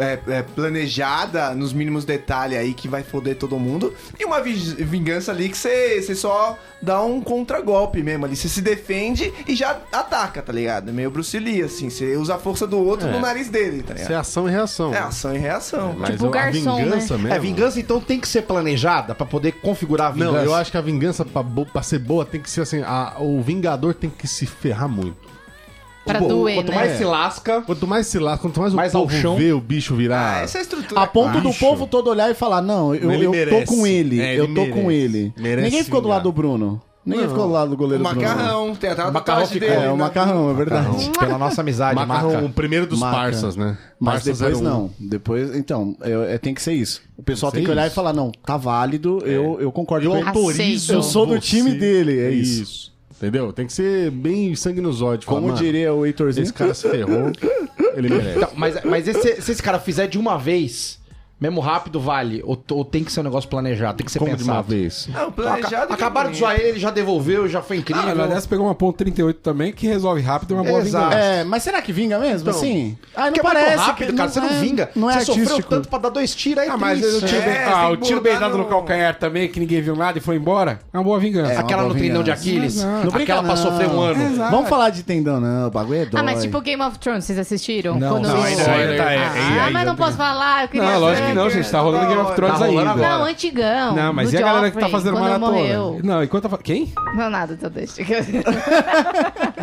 S6: é, é, planejada nos mínimos detalhes aí que vai foder todo mundo. E uma vi- vingança ali que você você só dá um contragolpe mesmo ali. Você se defende e já ataca, tá ligado? É meio Bruce Lee, assim. Você usa a força do outro no nariz dele, tá
S7: Isso é
S6: ligado?
S7: ação e reação.
S6: É ação e reação.
S7: Mas
S3: Tipo o
S7: a
S3: garçom,
S7: vingança mesmo.
S1: É, vingança então tem que ser planejada pra poder configurar a vingança.
S7: Não, eu acho que a vingança pra, bo- pra ser boa tem que ser assim: a- o vingador tem que se ferrar muito.
S3: Pra
S1: Pô,
S3: doer,
S1: Quanto
S3: né?
S1: mais se lasca,
S7: Quanto mais se lá, quanto mais o
S1: Mais ao
S7: povo
S1: chão.
S7: vê o bicho virar.
S6: Ah, essa é a estrutura.
S2: A ponto do
S7: Bicho.
S2: povo todo olhar e falar: Não, eu,
S7: Ele
S2: eu
S7: merece.
S2: tô com ele,
S7: É, ele
S2: eu tô com
S7: merece.
S2: ele.
S7: Merece
S2: Ninguém ficou do
S7: vingar.
S2: lado do Bruno. Ninguém ficou do lado do
S6: O
S7: Ah,
S2: goleiro Bruno.
S6: macarrão, tem até uma
S1: macarrão
S6: tatuagem
S1: ficou.
S6: dele.
S2: É, o
S6: né?
S2: macarrão, é verdade.
S1: pela nossa amizade,
S7: Macarrão,
S1: maca.
S7: o primeiro dos
S2: Maca.
S7: parças, né?
S2: Mas
S7: Parças
S2: depois
S7: era um.
S2: não. Depois, então, é, é- tem que ser isso. O pessoal
S7: Tem
S2: tem
S7: que
S2: que
S7: ser
S2: olhar
S7: isso.
S2: e falar: Não, tá válido, eu, eu concordo
S7: Eu
S2: com ele.
S7: autorizo.
S2: Eu sou do time dele, é isso.
S7: Entendeu? Tem que ser bem sangue nos olhos. falar,
S2: Como
S7: mano,
S2: diria o Heitorzinho,
S7: Esse cara se ferrou, ele merece.
S1: Então, mas mas esse- se esse cara fizer de uma vez, mesmo rápido, vale. Ou, ou tem que ser um negócio planejado, tem que ser
S7: Como de uma
S1: pensado.
S7: vez.
S6: Ah, o
S1: Aca-
S6: planejado.
S1: acabaram de
S6: que-
S1: zoar ele, já devolveu, já foi incrível.
S5: Ah, na verdade, você pegou uma ponto 38 também que resolve rápido e é uma boa
S1: Exato.
S5: vingança.
S2: É, mas será que vinga mesmo? assim? Ah, não
S1: Porque é muito
S2: parece.
S1: rápido,
S2: que-
S1: cara. Você não
S2: é-
S1: vinga.
S2: Não é
S1: você sofreu
S2: artístico.
S1: tanto pra dar dois tiros, aí
S5: Ah, mas
S1: tem
S5: eu
S1: isso.
S5: tiro
S3: né?
S6: É,
S5: bem, ah,
S6: tem
S5: o
S6: que
S5: tiro bem
S6: botar
S5: dado no...
S6: no-
S5: calcanhar também, que ninguém viu nada e foi embora. É uma boa vingança.
S1: Aquela no tendão de Aquiles,
S2: Não brinca,
S1: aquela pra
S2: não.
S1: sofrer um ano.
S2: Vamos falar de tendão, não. O bagulho é dói.
S3: Ah, mas tipo Game of Thrones, vocês assistiram? Não,
S5: não, ainda- ainda tá- é- é-
S3: Ah,
S5: ainda
S3: mas não assim,
S5: tem-
S3: posso falar, eu queria
S5: Não, lógico que
S3: saber.
S5: não, gente. Tá rolando Game of Thrones
S1: Tá rolando
S5: ainda.
S1: agora.
S3: Não, antigão.
S5: Não, mas
S3: do
S5: e a galera que tá
S3: Joffrey,
S5: fazendo
S3: quando
S5: maratona?
S3: Morreu.
S5: Não, enquanto tá fa- Quem?
S3: Não, nada, tô deixa.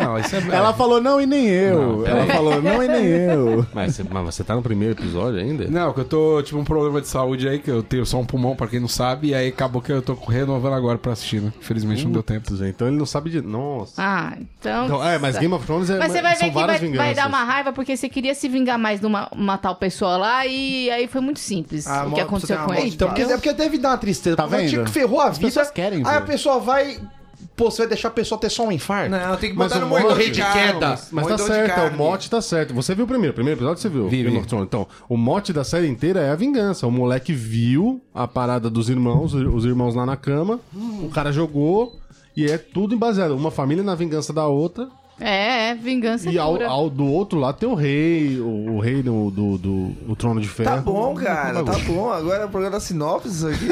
S5: Não, isso é.
S2: Ela falou não e nem eu. Ela falou não e nem
S7: [LAUGHS]
S2: eu.
S7: Mas você, mas você tá no primeiro episódio ainda?
S5: Não, que eu tô, tipo, um problema de saúde aí, que eu tenho só um pulmão, pra quem não sabe, e aí acabou que eu tô renovando agora pra assistir, né? Infelizmente não deu tempo.
S7: Putz, Então ele não sabe de. Nossa.
S3: [LAUGHS] Ah, então...
S7: Então, é, mas Game of Thrones é,
S3: Mas você vai
S7: são
S3: ver que vai,
S7: várias
S3: vai
S7: vinganças.
S3: dar uma raiva porque você queria se vingar mais de uma, uma tal pessoa lá e aí foi muito simples
S6: Ah,
S3: o
S6: mó-
S3: que aconteceu
S6: puta,
S3: com
S6: uma
S5: Então,
S3: ele.
S1: Então, porque, é porque deve dar uma tristeza.
S2: Tá
S1: porque o
S2: vendo?
S1: Tipo, ferrou a vida.
S2: pessoas querem
S1: aí a
S2: ver.
S1: pessoa vai, pô, você vai deixar a pessoa ter só um infarto?
S5: Né?
S6: Não, tem que
S7: Mas
S6: botar
S7: o
S6: no moedor
S7: morro
S6: de um
S7: de
S1: queda.
S6: carne.
S7: Mas tá
S6: é
S7: certo, o mote tá certo. Você viu o primeiro, o primeiro episódio você viu?
S5: Vi,
S7: Game
S5: vi.
S7: of Thrones. Então, o mote da série inteira é a vingança. O moleque viu a parada dos irmãos, os irmãos lá na cama, o cara jogou e é tudo baseado. Uma família na vingança da outra
S3: É, é, vingança
S7: e ao,
S3: pura.
S7: ao- do outro lado tem o rei, o, o rei do, do, do- do trono de ferro.
S6: Tá bom, cara, tá É, bom. Agora é o programa da sinopse aqui.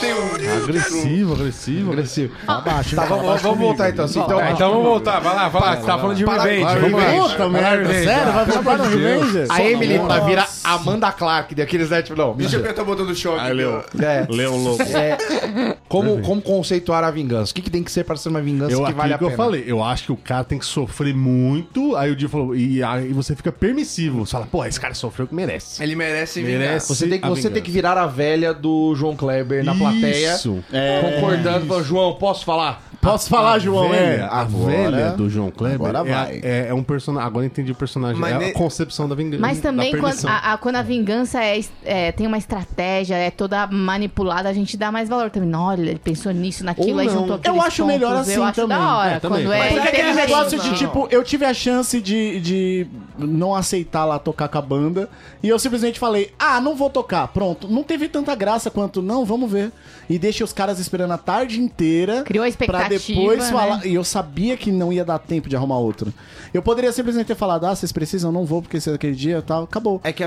S6: Tem um-
S7: Agressivo, agressivo, agressivo.
S2: Abaixo,
S1: Tá, vamos, vamos voltar então. Assim, então
S5: Tá, então vamos voltar, vai lá, vai lá. Você tá falando de Revenge.
S7: para-
S5: Revenge.
S7: para-
S5: Vai lá,
S2: Puta merda,
S5: Revenge,
S2: sério?
S5: vai.
S2: Vai voltar no Revenge?
S1: a Emily vai virar Amanda Clark, daqueles, né? Tipo, não,
S6: Deixa eu [LAUGHS]
S1: mentira.
S6: apertar o botão do choque.
S7: Aí, Leo.
S1: É.
S7: Leo Lobo.
S1: É, como, como conceituar a vingança? O que, que tem que ser para ser uma vingança
S7: Eu,
S1: que
S7: aquilo
S2: é
S1: vale a
S7: que eu
S1: pena?
S7: falei, eu acho que o cara tem que sofrer muito. Aí o Dio falou, e aí você fica permissivo. Você fala, pô, esse cara sofreu o que merece.
S6: Ele merece
S7: Merece.
S1: Você, tem, que-
S7: A
S1: você tem
S7: vingança.
S1: que virar a velha do João Kleber tá na plateia.
S7: Isso.
S2: É.
S1: É, Concordando, falando, João, posso falar?
S2: Posso falar, João? é.
S7: Velha, a
S2: Agora-
S7: velha do João Kleber
S2: agora
S7: é a-
S2: vai.
S7: É, é um personagem. Agora eu entendi o personagem.
S6: Mas
S7: é
S6: ne-
S7: a concepção da vingança.
S3: Mas
S7: da
S3: também quando
S7: permissão.
S3: a, a- quando a vingança é, es- é, tem uma estratégia, é toda manipulada, a gente dá mais valor também. Não, Olha, ele pensou nisso, naquilo,
S7: Ou
S3: aí
S7: não.
S3: juntou aqueles
S2: Eu acho melhor
S3: pontos. Eu
S2: assim
S3: acho
S2: também.
S3: da hora,
S7: É, também.
S3: quando é,
S7: Mas
S2: Mas é aquele
S3: inteligente.
S2: negócio
S6: não.
S2: de tipo, eu tive a chance de, de não aceitar lá tocar com a banda e eu simplesmente falei, ah, não vou tocar, pronto. Não teve tanta graça quanto, não, vamos ver. E deixei os caras esperando a tarde inteira.
S3: Criou a
S2: Pra
S3: expectativa,
S2: depois
S3: né?
S2: falar. E eu sabia que não ia dar tempo de arrumar outro. Eu poderia simplesmente ter falado, ah, vocês precisam, não vou porque esse é daquele dia e tal. Acabou.
S6: É que a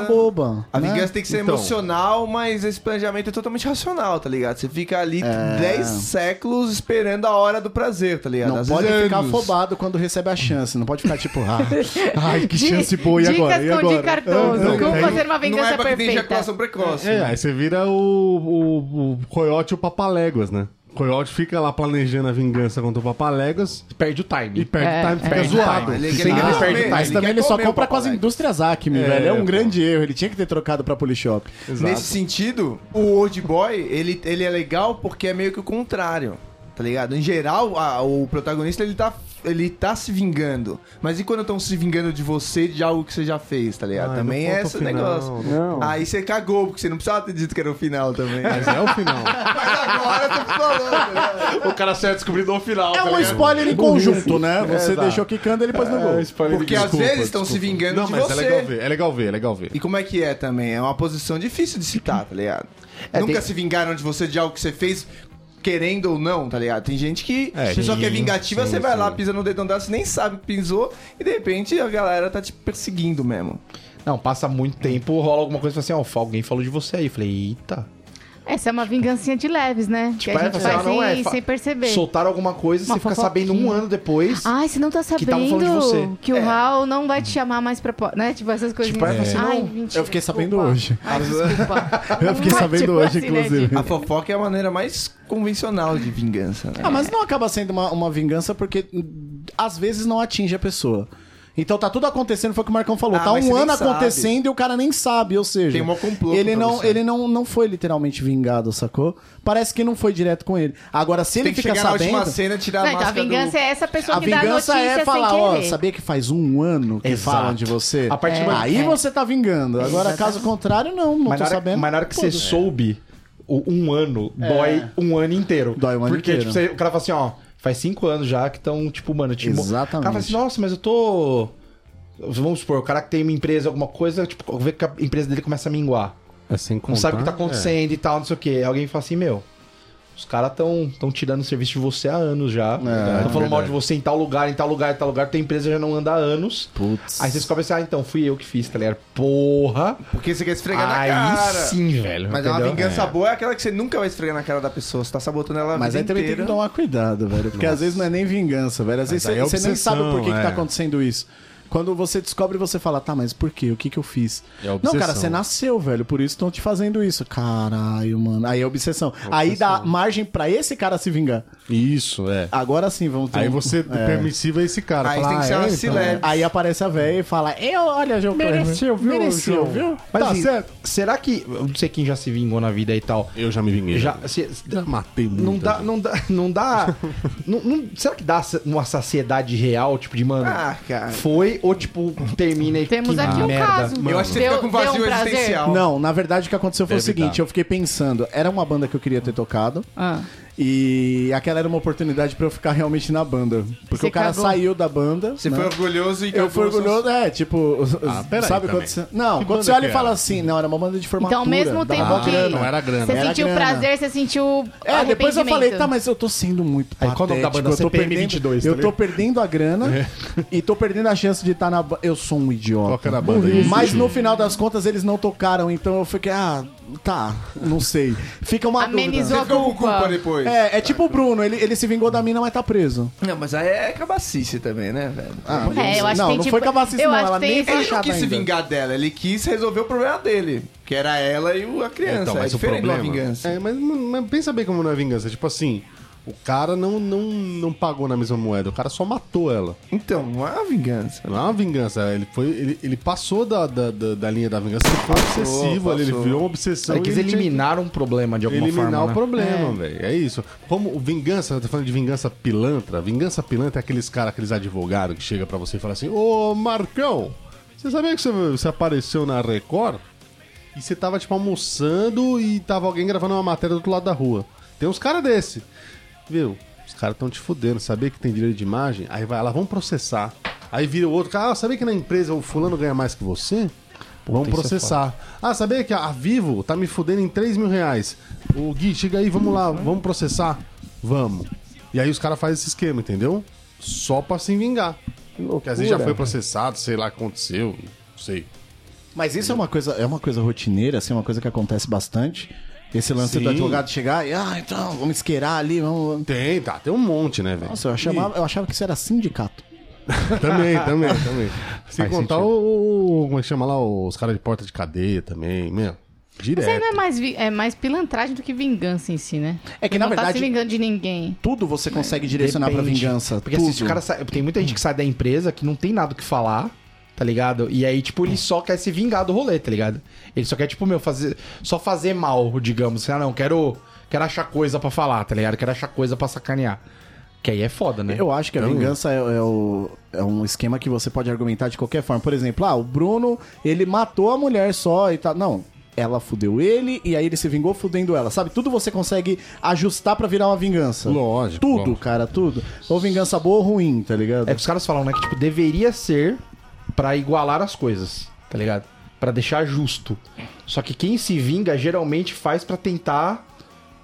S2: Vingança boba.
S6: A
S2: né?
S6: vingança tem que ser
S7: Então.
S6: emocional, mas esse planejamento é totalmente racional, tá ligado? Você fica ali 10 séculos esperando a hora do prazer, tá ligado?
S2: Não
S6: Às
S2: pode
S6: vezes
S2: ficar
S6: anos.
S2: afobado quando recebe a chance. Não pode ficar tipo, ah,
S3: [LAUGHS]
S2: ai, que chance boa, e
S3: Dicas
S2: agora? E
S3: com
S2: agora?
S3: Di Cardoso.
S7: Então,
S3: Como
S7: tem-
S3: fazer uma
S6: Não
S3: vingança
S6: é pra quem tem
S3: perfeita?
S6: ejaculação precoce.
S7: É, aí você vira o, o, o coiote e o papaléguas, né? O coiote fica lá planejando a vingança contra o papaléguas
S1: Perde o time.
S7: e perde
S3: É,
S7: time, fica
S3: é.
S7: zoado.
S6: Ah, Ele-
S7: Fica
S6: ele quer
S7: engraçado.
S6: comer,
S1: perde o
S2: Ah, Mas
S6: ele
S2: também
S6: quer
S2: ele só
S6: comer o
S2: compra com as
S6: papagaio.
S2: indústrias Acme, velho. É um grande erro. Ele tinha que ter trocado pra Polishop.
S6: Nesse sentido, o Old Boy, ele, ele é legal porque é meio que o contrário, tá ligado? Em geral, a- o protagonista, ele tá, ele tá se vingando. Mas e quando estão se vingando de você, de algo que você já fez, tá ligado?
S7: Ah,
S6: também
S7: não
S6: é
S7: conta o
S6: esse
S7: final,
S6: negócio.
S5: não.
S6: Aí você cagou, porque você não precisava ter dito que era o
S7: [LAUGHS]
S6: final também.
S7: Mas é o
S6: [LAUGHS]
S7: final.
S6: Mas agora eu tô falando, tá ligado?
S1: O cara certo descobriu no final.
S2: É
S1: tá
S2: um
S1: ligado?
S2: spoiler em conjunto, né? Você
S1: exato.
S2: deixou quicando, ele pôs no gol.
S6: Porque às vezes estão se vingando
S7: Não,
S6: de
S7: mas
S6: você.
S7: é legal ver, é legal ver, é legal ver.
S6: E como é que é também? É uma posição difícil de citar, tá ligado? Nunca
S1: tem-
S6: se vingaram de você de algo que você fez, querendo ou não, tá ligado? Tem gente que
S7: É,
S6: só que é
S7: sim,
S6: vingativa,
S7: sim,
S6: você vai
S7: sim.
S6: lá, pisa no dedão dela, você nem sabe que pisou, e de repente a galera tá te perseguindo mesmo.
S1: Não, passa muito tempo, rola alguma coisa e fala assim, ó, alguém falou de você aí. Eu falei, eita.
S3: Essa é uma vingancinha de leves, né? que a
S1: Aí
S3: gente
S1: fala
S3: faz
S1: assim, ah, não,
S3: sem,
S1: é, fa-
S3: sem perceber.
S1: Soltaram alguma coisa,
S3: Uma
S1: você fica
S3: fofoquinha.
S1: sabendo um ano depois.
S3: Ai, você não tá
S1: Que tava falando de
S3: sabendo
S1: você.
S3: que, o Raul não vai te chamar mais pra... po- Né? Tipo, essas coisas.
S1: Tipo, aí você não-
S2: é assim, Eu fiquei sabendo hoje.
S3: Ai, desculpa.
S2: [LAUGHS] Eu fiquei
S3: Mas,
S2: sabendo
S3: tipo
S2: hoje,
S3: assim, né,
S2: inclusive.
S6: A fofoca é a maneira mais convencional de vingança, né?
S2: Ah, mas não acaba sendo uma, uma vingança porque às vezes não atinge a pessoa. Então tá tudo acontecendo, foi o que o Marcão falou.
S6: Ah,
S2: tá
S6: mas
S2: um
S6: você nem
S2: ano
S6: sabe.
S2: acontecendo e o cara nem sabe, ou seja.
S6: Tem mó complô
S2: Ele,
S6: contra
S2: não,
S6: você.
S2: ele não, não foi literalmente vingado, sacou? Parece que não foi direto com ele. Agora, se ele
S6: Tem que
S2: fica
S6: chegar na última
S2: sabendo.
S6: cena e tirar
S3: Não,
S6: a
S3: então a
S6: máscara
S3: vingança
S6: do...
S3: é essa pessoa
S2: A
S3: que dá a
S2: vingança
S3: notícia
S2: é falar,
S3: sem
S2: ó,
S3: querer.
S2: sabia que faz um ano que
S1: Exato.
S2: falam de você?
S1: A partir do momento- é.
S2: Aí você tá vingando. Agora, caso contrário, não, não
S1: mas,
S2: tô
S1: na hora,
S2: sabendo.
S1: mas na hora que você
S2: Foda-se.
S1: soube, o- um ano, dói um ano inteiro.
S2: É. Dói um ano
S1: Porque,
S2: inteiro.
S1: tipo, você- o cara fala assim, ó, faz cinco anos já que estão, tipo, mano, tipo.
S2: Exatamente.
S1: O cara fala assim, nossa, mas eu tô. Vamos supor, o cara que tem uma empresa, alguma coisa, tipo, vê que a empresa dele começa a minguar.
S7: É sem contar.
S1: Não sabe o que tá acontecendo e tal, não sei o quê. Alguém fala assim, meu. Os caras estão tão tirando serviço de você há anos
S2: É,
S1: já. Estão falando mal de você em tal lugar, em tal lugar, em tal lugar. Tua empresa já não anda há anos.
S2: Putz.
S1: Aí você descobre assim, ah, então fui eu que fiz, tá ligado? Porra!
S6: Porque você quer esfregar
S1: Aí
S6: na cara.
S1: sim, velho.
S6: Mas
S1: entendeu?
S6: uma vingança boa é aquela que você nunca vai esfregar na cara da pessoa. Você tá sabotando ela a
S2: Mas
S6: vida
S2: aí também tem
S6: inteira.
S2: que tomar cuidado, velho. Porque às vezes não é nem vingança, velho. Às vezes
S7: aí
S2: você
S7: é
S2: você nem
S7: obsessão,
S2: sabe por que, que tá
S7: é.
S2: acontecendo isso. Quando você descobre, você fala, tá, mas por quê? O que que eu fiz?
S7: É
S2: não,
S7: obsessão.
S2: cara, você nasceu, velho. Por isso estão te fazendo isso. Caralho, mano. Aí é obsessão. Aí dá margem pra esse cara se vingar.
S7: Isso, é.
S2: Agora sim, vamos ter
S7: Aí
S2: um- [LAUGHS]
S7: você é. permissiva a esse cara.
S6: Ah, Aí
S7: fala,
S6: tem que ser
S7: "Ah,
S6: uma
S7: é,
S6: silé.
S2: Aí aparece a véia e fala, eu, olha, João Kleber.
S7: Mereceu, viu,
S2: Mereceu,
S7: João?
S2: viu?
S1: Mas,
S2: tá
S1: assim,
S2: certo.
S1: Será que. Eu não sei quem já se vingou na vida e tal.
S7: Eu já me vinguei.
S1: Já.
S2: É.
S1: se-
S7: Já matei muito.
S1: não dá, não dá, não dá. não- não- será que dá uma saciedade real, tipo, de mano?
S6: Ah, cara.
S1: Foi ou tipo, termina e
S3: Temos
S1: que
S3: aqui um
S1: merda.
S3: caso.
S6: Eu acho que você
S3: Deu-
S6: fica com vazio
S3: deu um prazer?
S6: existencial.
S2: Não, na verdade o que aconteceu foi o
S7: Deve
S2: seguinte, eu fiquei pensando, era uma banda que eu queria ter tocado.
S3: Ah.
S2: E aquela era uma oportunidade pra eu ficar realmente na banda. Porque
S3: Você
S2: o cara
S3: cagou.
S2: saiu da banda.
S6: Você
S2: né?
S6: foi orgulhoso e
S2: Eu fui
S6: cagou
S2: orgulhoso, é, tipo, os- os-
S7: Ah, peraí
S2: sabe
S7: também.
S2: quando você. Não,
S7: Que
S2: quando
S7: banda
S2: você olha e
S7: que era? Ah,
S2: fala assim, não, era uma banda de formatura.
S3: Então, ao mesmo
S2: da
S3: tempo
S2: banda.
S3: que.
S7: não era grana.
S3: Você
S2: Era
S3: sentiu
S2: grana.
S3: prazer, você sentiu.
S2: É, depois eu
S3: arrependimento.
S2: falei, tá, mas eu tô sendo muito
S1: Aí, qual o nome da banda?
S2: eu tô
S1: CPM
S2: perdendo,
S1: 22, tá
S2: eu tô
S1: ligado? É.
S2: perdendo a grana [LAUGHS] e tô perdendo a chance de estar na ba- eu sou um idiota.
S7: Qual que era a banda aí?
S2: Mas no final das contas eles não tocaram, então eu fiquei, ah, tá, não sei. Fica uma
S3: Amenizou
S2: dúvida.
S6: Você
S3: a
S6: ficou com
S3: culpa.
S6: culpa um depois.
S2: É, é tipo o Bruno, ele, ele se vingou da mina, mas tá preso. Ah,
S6: Não, mas aí é cabacice também, né, velho?
S3: É, eu acho
S2: não,
S3: que tem
S2: não
S3: tipo-
S2: foi cabacice,
S3: eu
S2: não,
S3: acho
S2: ela
S3: que tem
S2: nem
S3: esse- tipo
S2: foi
S6: Ele não
S2: achada
S6: quis se
S2: ainda.
S6: vingar dela, ele quis resolver o problema dele, que era ela e o- a criança.
S1: Então, mas
S6: é
S1: o
S6: diferente da
S1: problema-
S6: vingança.
S7: É, mas, mas pensa bem como não é vingança. Tipo assim, o cara não, não, não pagou na mesma moeda, o cara só matou ela.
S6: Então, não é uma vingança.
S7: Não é uma vingança, ele, foi, ele, ele passou da, da, da, da linha da vingança, ele foi obsessivo, ali, ele
S6: passou.
S7: virou uma obsessão.
S9: Ele quis
S7: e ele tinha que
S9: eliminar um problema de alguma
S7: Eliminar
S9: forma.
S7: o
S9: né?
S7: problema, velho. É isso. Como o vingança, eu tô falando de vingança pilantra. Vingança pilantra é aqueles caras, aqueles advogados que chega pra você e fala assim: Ô Marcão, você sabia que você, você apareceu na Record? E você tava, tipo, almoçando e tava alguém gravando uma matéria do outro lado da rua. Tem uns caras desse. Viu? Os caras tão te fudendo. Sabia que tem direito de imagem? Aí vai lá, vamos processar. Aí vira o outro cara. Ah, sabia que na empresa o fulano ganha mais que você? vamos
S1: isso é
S7: processar. ah, sabia que a a Vivo tá me fudendo em 3 mil reais. O Gui, chega aí, vamos lá,
S1: né?
S7: vamos processar? Vamos. E aí os caras fazem esse esquema, entendeu? Só pra se vingar. Porque às vezes já foi processado, sei lá o que aconteceu, não sei.
S2: Mas isso é uma coisa, é uma coisa rotineira, assim, uma coisa que acontece bastante. Esse lance
S7: Sim.
S2: do advogado chegar e, ah, então, vamos esqueirar ali, vamos.
S7: Tem, tá, tem um monte, né, velho?
S2: Nossa, eu achava, eu achava que isso era sindicato.
S7: [LAUGHS] Também, também,
S1: [LAUGHS]
S7: também. Sem
S1: Faz
S7: contar
S1: sentido.
S7: o, o- Como é que chama lá? Os caras de porta de cadeia também, meu.
S3: Mas aí não é
S7: Direto.
S3: mais, vi- é mais pilantragem do que vingança em si, né?
S2: É que, na
S3: não tá
S2: verdade-
S3: se vingando de ninguém.
S2: Tudo você consegue direcionar pra
S1: Depende.
S2: vingança.
S1: Porque
S2: tudo.
S1: assim, se o cara sai- tem muita gente que sai da empresa que não tem nada o que falar, tá ligado? E aí, tipo, ele só quer se vingar do rolê, tá ligado? Ele só quer, tipo, meu, fazer. Só fazer mal, digamos. Ah, não, quero. Quero achar coisa pra falar, tá ligado? Quero achar coisa pra sacanear. Que aí é foda, né?
S2: Eu acho que a vingança é, é o- é um esquema que você pode argumentar de qualquer forma. Por exemplo, ah, o Bruno, ele matou a mulher só e tal. Não, ela fudeu ele e aí ele se vingou fudendo ela. Sabe, tudo você consegue ajustar pra virar uma vingança.
S7: Lógico,
S2: Tudo,
S7: lógico.
S2: cara, tudo. Ou vingança boa ou ruim, tá ligado?
S1: É que os caras falam, né? Que, tipo, deveria ser pra igualar as coisas, tá ligado? Pra deixar justo. Só que quem se vinga geralmente faz pra tentar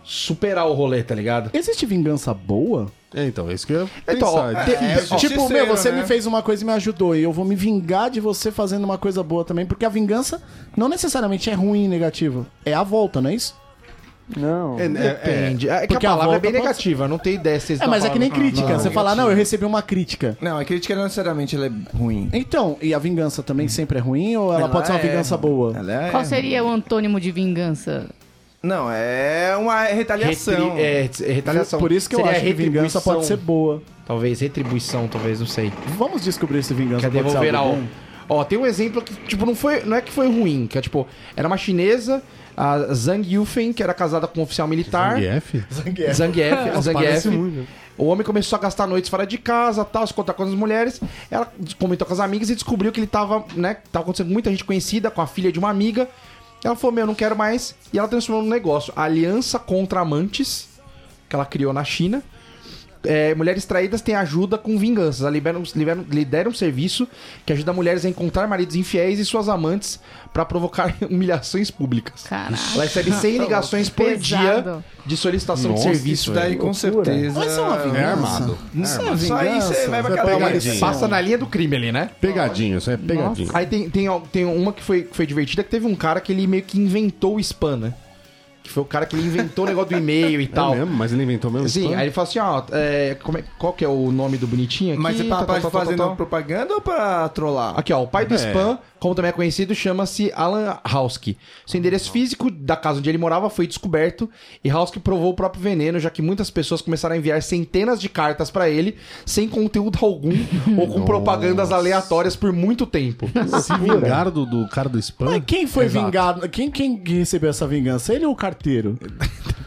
S1: superar o rolê, tá ligado?
S2: Existe vingança boa?
S7: É, então, é isso que eu ia
S1: Então, ó,
S7: pensar.
S1: te-
S6: é,
S1: ó,
S6: justiça.
S2: tipo,
S6: Justiceiro,
S2: meu, você
S6: né?
S2: me fez uma coisa e me ajudou. E eu vou me vingar de você fazendo uma coisa boa também. Porque a vingança não necessariamente é ruim e negativo. É a volta, não é isso?
S6: Não.
S1: é, depende. É, que a
S2: Porque a
S1: palavra é
S2: volta
S1: bem
S2: pode
S1: negativa, eu não tenho ideia se vocês
S2: É,
S1: estão
S2: mas é que nem
S1: tá falando- ah,
S2: crítica.
S6: não,
S2: você fala, não, eu recebi uma crítica.
S6: Não, a crítica não necessariamente ela é ruim.
S2: Então, e a vingança também sempre é ruim ou ela, pode ser uma
S6: é
S2: vingança
S6: ruim.
S2: boa?
S6: Ela é
S3: Qual seria o antônimo de vingança?
S6: Não, é uma retaliação.
S1: Retri- é, é retaliação.
S2: Por isso que eu
S1: Seria
S2: acho que vingança
S1: retribuição,
S2: pode ser boa.
S1: Talvez, retribuição, talvez, não sei.
S2: Vamos descobrir se vingança
S1: Quer
S2: pode ser
S1: devolver
S2: algo
S1: ao.
S2: bom.
S1: Ó, tem um exemplo que, tipo, não foi. Não é que foi ruim, que é tipo, era uma chinesa, a Zhang Yufen, que era casada com um oficial militar.
S7: Zangief?
S1: Zangief,
S7: É, Parece
S1: Zangief.
S7: muito.
S1: O homem começou a gastar noites fora de casa, tal, se contar com as mulheres. Ela comentou com as amigas e descobriu que ele tava, né, que tava acontecendo com muita gente conhecida, com a filha de uma amiga. Ela falou, meu, não quero mais. E ela transformou num negócio, a Aliança Contra Amantes, que ela criou na China. É, mulheres traídas têm ajuda com vinganças. Ela libera, um- libera um- lidera um serviço que ajuda mulheres a encontrar maridos infiéis e suas amantes pra provocar [LAUGHS] humilhações públicas.
S3: Caraca.
S1: Ela recebe 100 ligações por
S3: Pesado.
S1: dia de solicitação de serviço.
S6: Isso daí com certeza.
S2: Mas isso é uma
S7: É
S2: vingança.
S7: armado.
S2: Isso é
S6: Só Ah, aí
S2: vingança.
S6: você vai pra
S2: Você
S6: cadeia.
S2: pega uma
S7: Pegadinha.
S2: lição.
S1: Passa na linha do crime ali, né?
S7: Pegadinho, isso é pegadinho.
S1: Aí tem, tem, al- tem uma que foi, que foi divertida, que teve um cara que ele meio que inventou o spam, né? Que foi o cara que ele inventou o negócio do e-mail e
S7: [LAUGHS]
S1: tal.
S7: É mesmo, mas ele inventou mesmo.
S1: Sim,
S7: spam?
S1: aí ele falou assim, ó, é, como é- qual que é o nome do bonitinho aqui? Tá,
S6: Mas é pra,
S1: Tal,
S6: pra
S1: tal, tal,
S6: fazer
S1: tal, tal.
S6: propaganda ou pra trollar?
S1: Aqui, ó, o pai do spam, como também é conhecido, chama-se Alan Hauski. Seu endereço físico da casa onde ele morava foi descoberto e Hauski provou o próprio veneno, já que muitas pessoas começaram a enviar centenas de cartas pra ele sem conteúdo algum ou com propagandas aleatórias por muito tempo.
S7: Se vingar do, do cara do spam.
S2: Mas quem foi
S1: Exato.
S2: vingado? Quem, quem recebeu essa vingança? Ele ou o carteiro?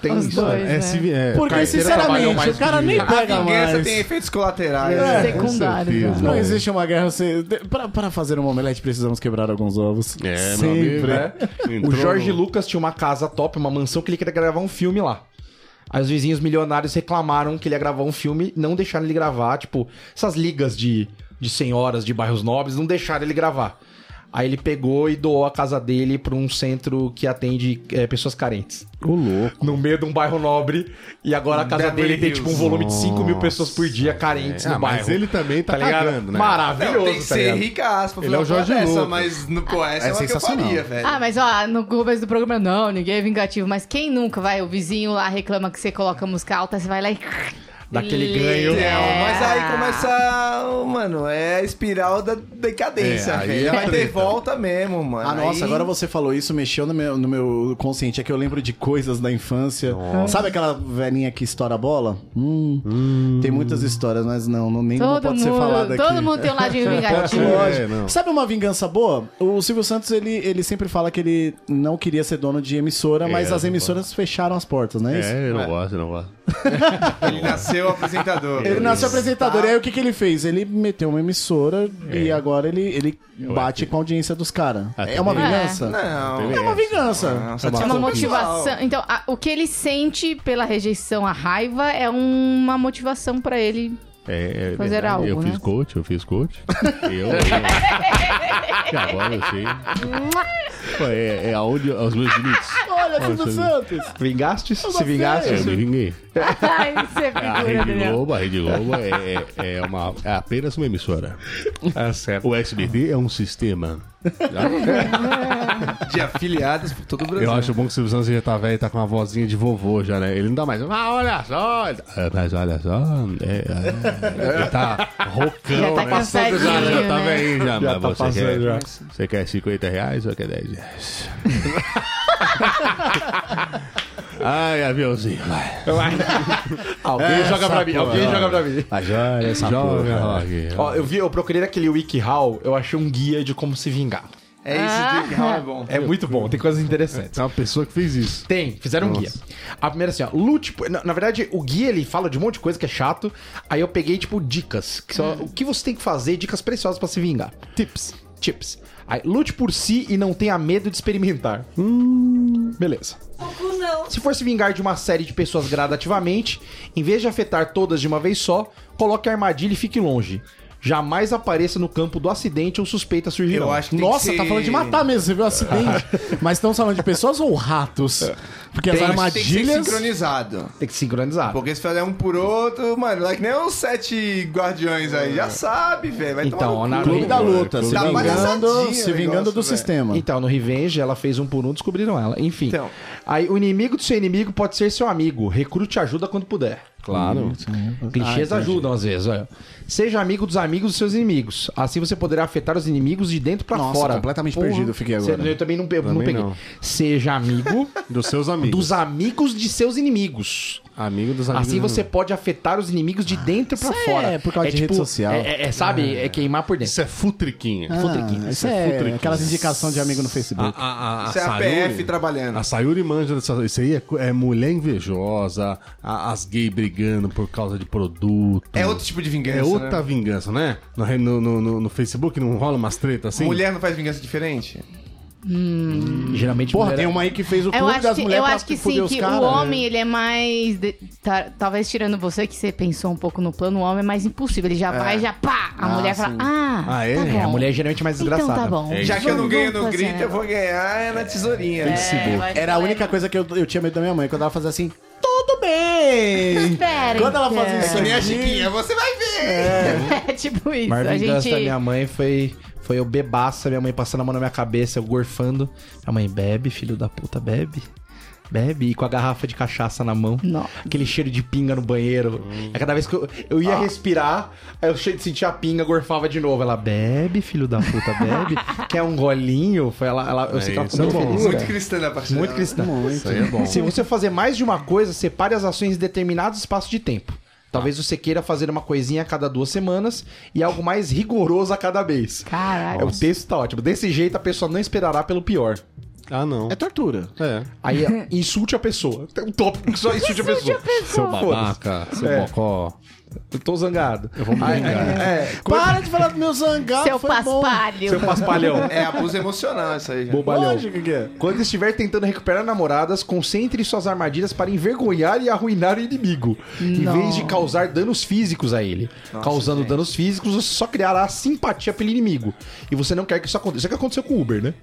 S1: Tem
S3: Os
S1: isso, né?
S3: dois,
S7: é,
S3: né?
S7: se vi- é,
S2: Porque,
S1: carteiro trabalhou
S2: sinceramente,
S1: mais
S2: o cara
S1: que-
S2: nem
S6: A
S2: pega
S1: tá
S6: vingança
S2: mais.
S6: tem efeitos
S7: É,
S6: colaterais. né?
S7: com
S3: Secundário,
S7: certeza.
S2: Não existe uma guerra sem... de- Pra, pra fazer um omelete, precisamos quebrar alguns ovos.
S7: É, meu
S2: Sempre.
S7: amigo, né?
S1: O
S7: Entrou
S1: Jorge
S7: no-
S1: Lucas tinha uma casa top, uma mansão que ele queria gravar um filme lá. Aí os vizinhos milionários reclamaram que ele ia gravar um filme, não deixaram ele gravar, tipo, essas ligas de, de senhoras de bairros nobres, não deixaram ele gravar. Aí ele pegou e doou a casa dele pra um centro que atende eh, pessoas carentes.
S7: Ô, louco.
S1: No meio de um bairro nobre. E agora a casa
S6: Beverly
S1: dele tem tipo um
S6: Hills.
S1: volume de 5 mil pessoas por dia carentes
S7: Ah,
S1: no bairro.
S7: mas ele também tá,
S1: ligado?
S7: cagando, né?
S1: Maravilhoso,
S6: Não, tem que
S1: tá
S6: ser
S1: ligado?
S6: ricaço pra
S7: Ele é o
S6: falar uma
S7: Jorge
S6: dessa,
S7: Lucas.
S6: mas, no- pô, essa
S7: É
S6: é, uma que eu
S7: sensacional.
S6: faria, velho.
S3: Ah, mas ó, no começo do programa, não, ninguém é vingativo. Mas quem nunca vai? O vizinho lá reclama que você coloca música alta, você vai lá e.
S1: Dá aquele ganho.
S6: Não,
S3: É.
S6: mas aí começa, oh, mano, é a espiral da decadência,
S7: É, aí é
S6: velho.
S7: a
S6: Vai ter
S7: treta.
S6: volta mesmo, mano.
S2: Ah, nossa,
S6: Aí-
S2: agora você falou isso, mexeu no meu, no meu consciente. É que eu lembro de coisas da infância. Sabe aquela velhinha que estoura a bola? Hum, Tem muitas histórias, mas não, não nenhuma
S3: Todo
S2: pode ser falada
S3: mundo,
S2: aqui.
S3: todo mundo tem um ladinho vingativo.
S2: Lógico.
S7: É, não.
S2: Sabe uma vingança boa? O Silvio Santos, ele, ele sempre fala que ele não queria ser dono de emissora, mas
S7: É,
S2: as
S7: não
S2: emissoras fecharam as portas, não é isso?
S7: É, eu não gosto, eu não gosto.
S6: Ele nasceu apresentador.
S2: Ele nasceu apresentador, e aí o que, que ele fez? Ele meteu uma emissora e agora ele, ele bate com a audiência dos caras.
S7: Até
S2: É uma
S7: bem.
S2: vingança?
S6: Não.
S2: É uma vingança.
S6: Nossa,
S3: É uma
S6: desculpa.
S3: motivação. Então, a- o que ele sente pela rejeição, a raiva, é uma motivação pra ele.
S7: É, é
S3: Fazer
S7: verdade.
S3: algo,
S7: eu
S3: né?
S7: fiz coach, eu fiz
S3: [LAUGHS]
S7: coach. eu. eu... Que agora eu sei. Pô, É, é aonde os meus limites.
S2: Olha, Silvio Santos!
S1: Vingaste? Se
S7: É, eu
S1: vingaste?
S7: me vinguei.
S3: Ai, você é
S7: A
S3: figura,
S7: Rede
S3: Daniel.
S7: Globo, a Rede Globo é, é- é uma, é apenas uma emissora.
S1: É certo.
S7: O SBT é um sistema.
S6: De afiliados por todo o Brasil.
S7: Eu acho bom que o Silvio Santos já tá velho e tá com uma vozinha de vovô já, né? Ele não dá mais. Ah, olha só! É, mas olha só. É, é, ele tá rocando.
S3: Já tá
S7: né?
S3: cansadinho,
S7: Já, já tá
S3: né?
S7: velho já.
S1: Já
S7: mas
S1: tá
S7: você
S1: passando
S7: quer,
S1: já.
S7: Você quer 50 reais ou quer 10 [LAUGHS] reais? Ai, aviãozinho, vai.
S1: Alguém
S7: É, Essa
S1: joga pra mim,
S7: porra,
S1: alguém
S7: ó.
S1: joga pra mim.
S7: Mas olha essa joga, Rock.
S1: Ó, eu vi, eu procurei naquele WikiHow, eu achei um guia de como se vingar.
S6: É isso,
S3: Ah.
S6: de Gal é bom.
S1: É muito bom, tem coisas interessantes.
S7: Tem uma pessoa que fez isso.
S1: Tem, fizeram um guia. A primeira assim, ó, lute. por- Na, na verdade, o guia ele fala de um monte de coisa que é chato. Aí eu peguei, tipo, dicas. Que
S6: Hum.
S1: são, O que você tem que fazer, dicas preciosas pra se vingar. Tips. Tips. Aí, lute por si e não tenha medo de experimentar.
S6: Hum.
S1: Beleza. Se for se vingar de uma série de pessoas gradativamente, em vez de afetar todas de uma vez só, coloque a armadilha e fique longe. Jamais apareça no campo do acidente ou suspeita surgirão.
S6: Eu acho que tem que
S2: Nossa,
S6: ser-
S2: tá falando de matar mesmo, você viu o acidente. Mas estamos falando de pessoas ou ratos? Porque as
S6: Tem- Tem que ser
S2: armadilhas.
S6: sincronizado.
S1: Tem que sincronizar.
S6: Porque se fizer um por outro, mano, like nem os sete guardiões aí, já sabe, velho. Vai
S1: Então,
S6: tomar no
S1: na-
S6: cu.
S2: Clube da luta, se
S6: Dá uma
S2: vingando,
S6: palhaçadinha
S2: se
S6: o
S2: vingando
S6: negócio,
S2: do
S6: velho.
S2: sistema.
S1: Então, no Revenge, ela fez um por um, descobriram ela. Enfim.
S6: Então.
S1: Aí, o inimigo do seu inimigo pode ser seu amigo. Recrute ajuda quando puder.
S7: Claro.
S2: né?
S1: Clichês
S2: Ah,
S1: ajudam, às vezes. olha. Seja amigo dos amigos dos seus inimigos. Assim você poderá afetar os inimigos de dentro pra
S2: Nossa,
S1: fora.
S2: completamente perdido eu fiquei
S1: Cê-
S2: agora.
S1: eu também não, pe- não
S7: Também
S1: peguei.
S7: não.
S2: [LAUGHS]
S1: Seja amigo
S7: Dos seus amigos.
S1: dos amigos de seus inimigos.
S7: Amigo dos amigos.
S1: Assim você pode afetar os inimigos de dentro pra
S2: isso
S1: fora.
S2: é por causa de rede social.
S1: É, é- é, sabe? É. queimar por dentro.
S7: Isso é futriquinha.
S2: Ah, isso é aquelas indicações de amigo no
S7: Ah,
S2: Facebook.
S7: A,
S6: Isso é a PF trabalhando.
S7: A Sayuri manja dessa. Isso aí é, co- é mulher invejosa, a- as gays brigando por causa de produto.
S6: É outro tipo de vingança.
S7: É outra
S6: né?
S7: vingança, né? No, re- no, no- no- no Facebook não rola umas tretas assim?
S6: Mulher não faz vingança diferente?
S1: Geralmente
S2: Porra,
S1: mulher- é
S2: tem um uma aí que fez o
S3: Eu
S2: clube
S3: acho
S2: das
S3: que,
S2: mulheres
S3: eu
S2: pra
S3: acho que
S2: fuder
S3: sim,
S2: os né?
S3: que
S2: caras.
S3: o homem, ele é mais. de- tá- talvez tirando você, que você pensou um pouco no plano, o homem é mais impossível. Ele já vai, já pá! A mulher fala, ah,
S7: Ah, é?
S3: tá
S7: É,
S1: É,
S3: bom.
S1: a mulher é geralmente mais desgraçada.
S3: Então tá bom.
S7: É isso.
S6: Já que eu não
S3: Vamos-
S6: ganho
S3: vamos
S6: no
S3: fazer,
S6: grito,
S3: né?
S6: eu vou ganhar é na tesourinha.
S3: É, eu acho que
S2: Era a
S3: ela é-
S2: única coisa que eu, eu tinha medo da minha mãe, quando ela fazia assim, tudo
S3: [LAUGHS]
S2: bem! É.
S3: Espera,
S2: Quando ela
S3: então.
S2: fazia isso
S6: Que nem a
S2: aqui,
S6: Chiquinha, você vai ver!
S3: [LAUGHS] É tipo isso.
S1: Maior
S3: a
S1: vingança
S3: gente.
S1: da tá minha mãe foi, foi eu bebaça, minha mãe passando a mão na minha cabeça, eu gorfando. Minha mãe, bebe, filho da puta, bebe. Bebe, e com a garrafa de cachaça na mão.
S3: Não.
S1: Aquele cheiro de pinga no banheiro. É cada vez que eu, eu
S3: Ah.
S1: ia respirar, aí eu che- sentia a pinga, gorfava de novo. Ela, bebe, filho da puta, bebe.
S3: [LAUGHS]
S1: Quer um golinho? Foi ela, ela- eu sei que ela ficou
S7: isso é
S1: muito
S7: bom.
S1: feliz.
S6: Muito
S1: cara.
S6: cristã né, da parte
S1: Muito
S6: dela.
S1: cristã.
S7: Isso aí é bom.
S1: Se você fazer mais de uma coisa, separe as ações em determinados espaços de tempo. Talvez você queira fazer uma coisinha a cada duas semanas e algo mais rigoroso a cada mês.
S3: Caralho.
S1: É, o texto tá ótimo. Desse jeito a pessoa não esperará pelo pior.
S7: [LAUGHS] Ah, não.
S2: É tortura.
S7: É.
S1: [LAUGHS] Aí é, insulte a pessoa. Tem um tópico que só insulte a pessoa.
S7: Seu babaca, seu
S1: É.
S7: bocó.
S1: Eu tô zangado.
S7: Eu vou me vingar.
S1: É,
S2: Para de falar do meu zangado,
S3: Seu
S2: foi bom.
S3: paspalho.
S1: seu [LAUGHS] paspalhão.
S6: É abuso emocional isso aí. já.
S1: Bobalhão.
S2: Lógico que é.
S1: Quando estiver tentando recuperar namoradas, concentre suas armadilhas para envergonhar e arruinar o inimigo, em vez de causar danos físicos a ele. Causando danos físicos, você só criará simpatia pelo inimigo. E você não quer que isso aconteça. Isso é o que aconteceu com o Uber, né?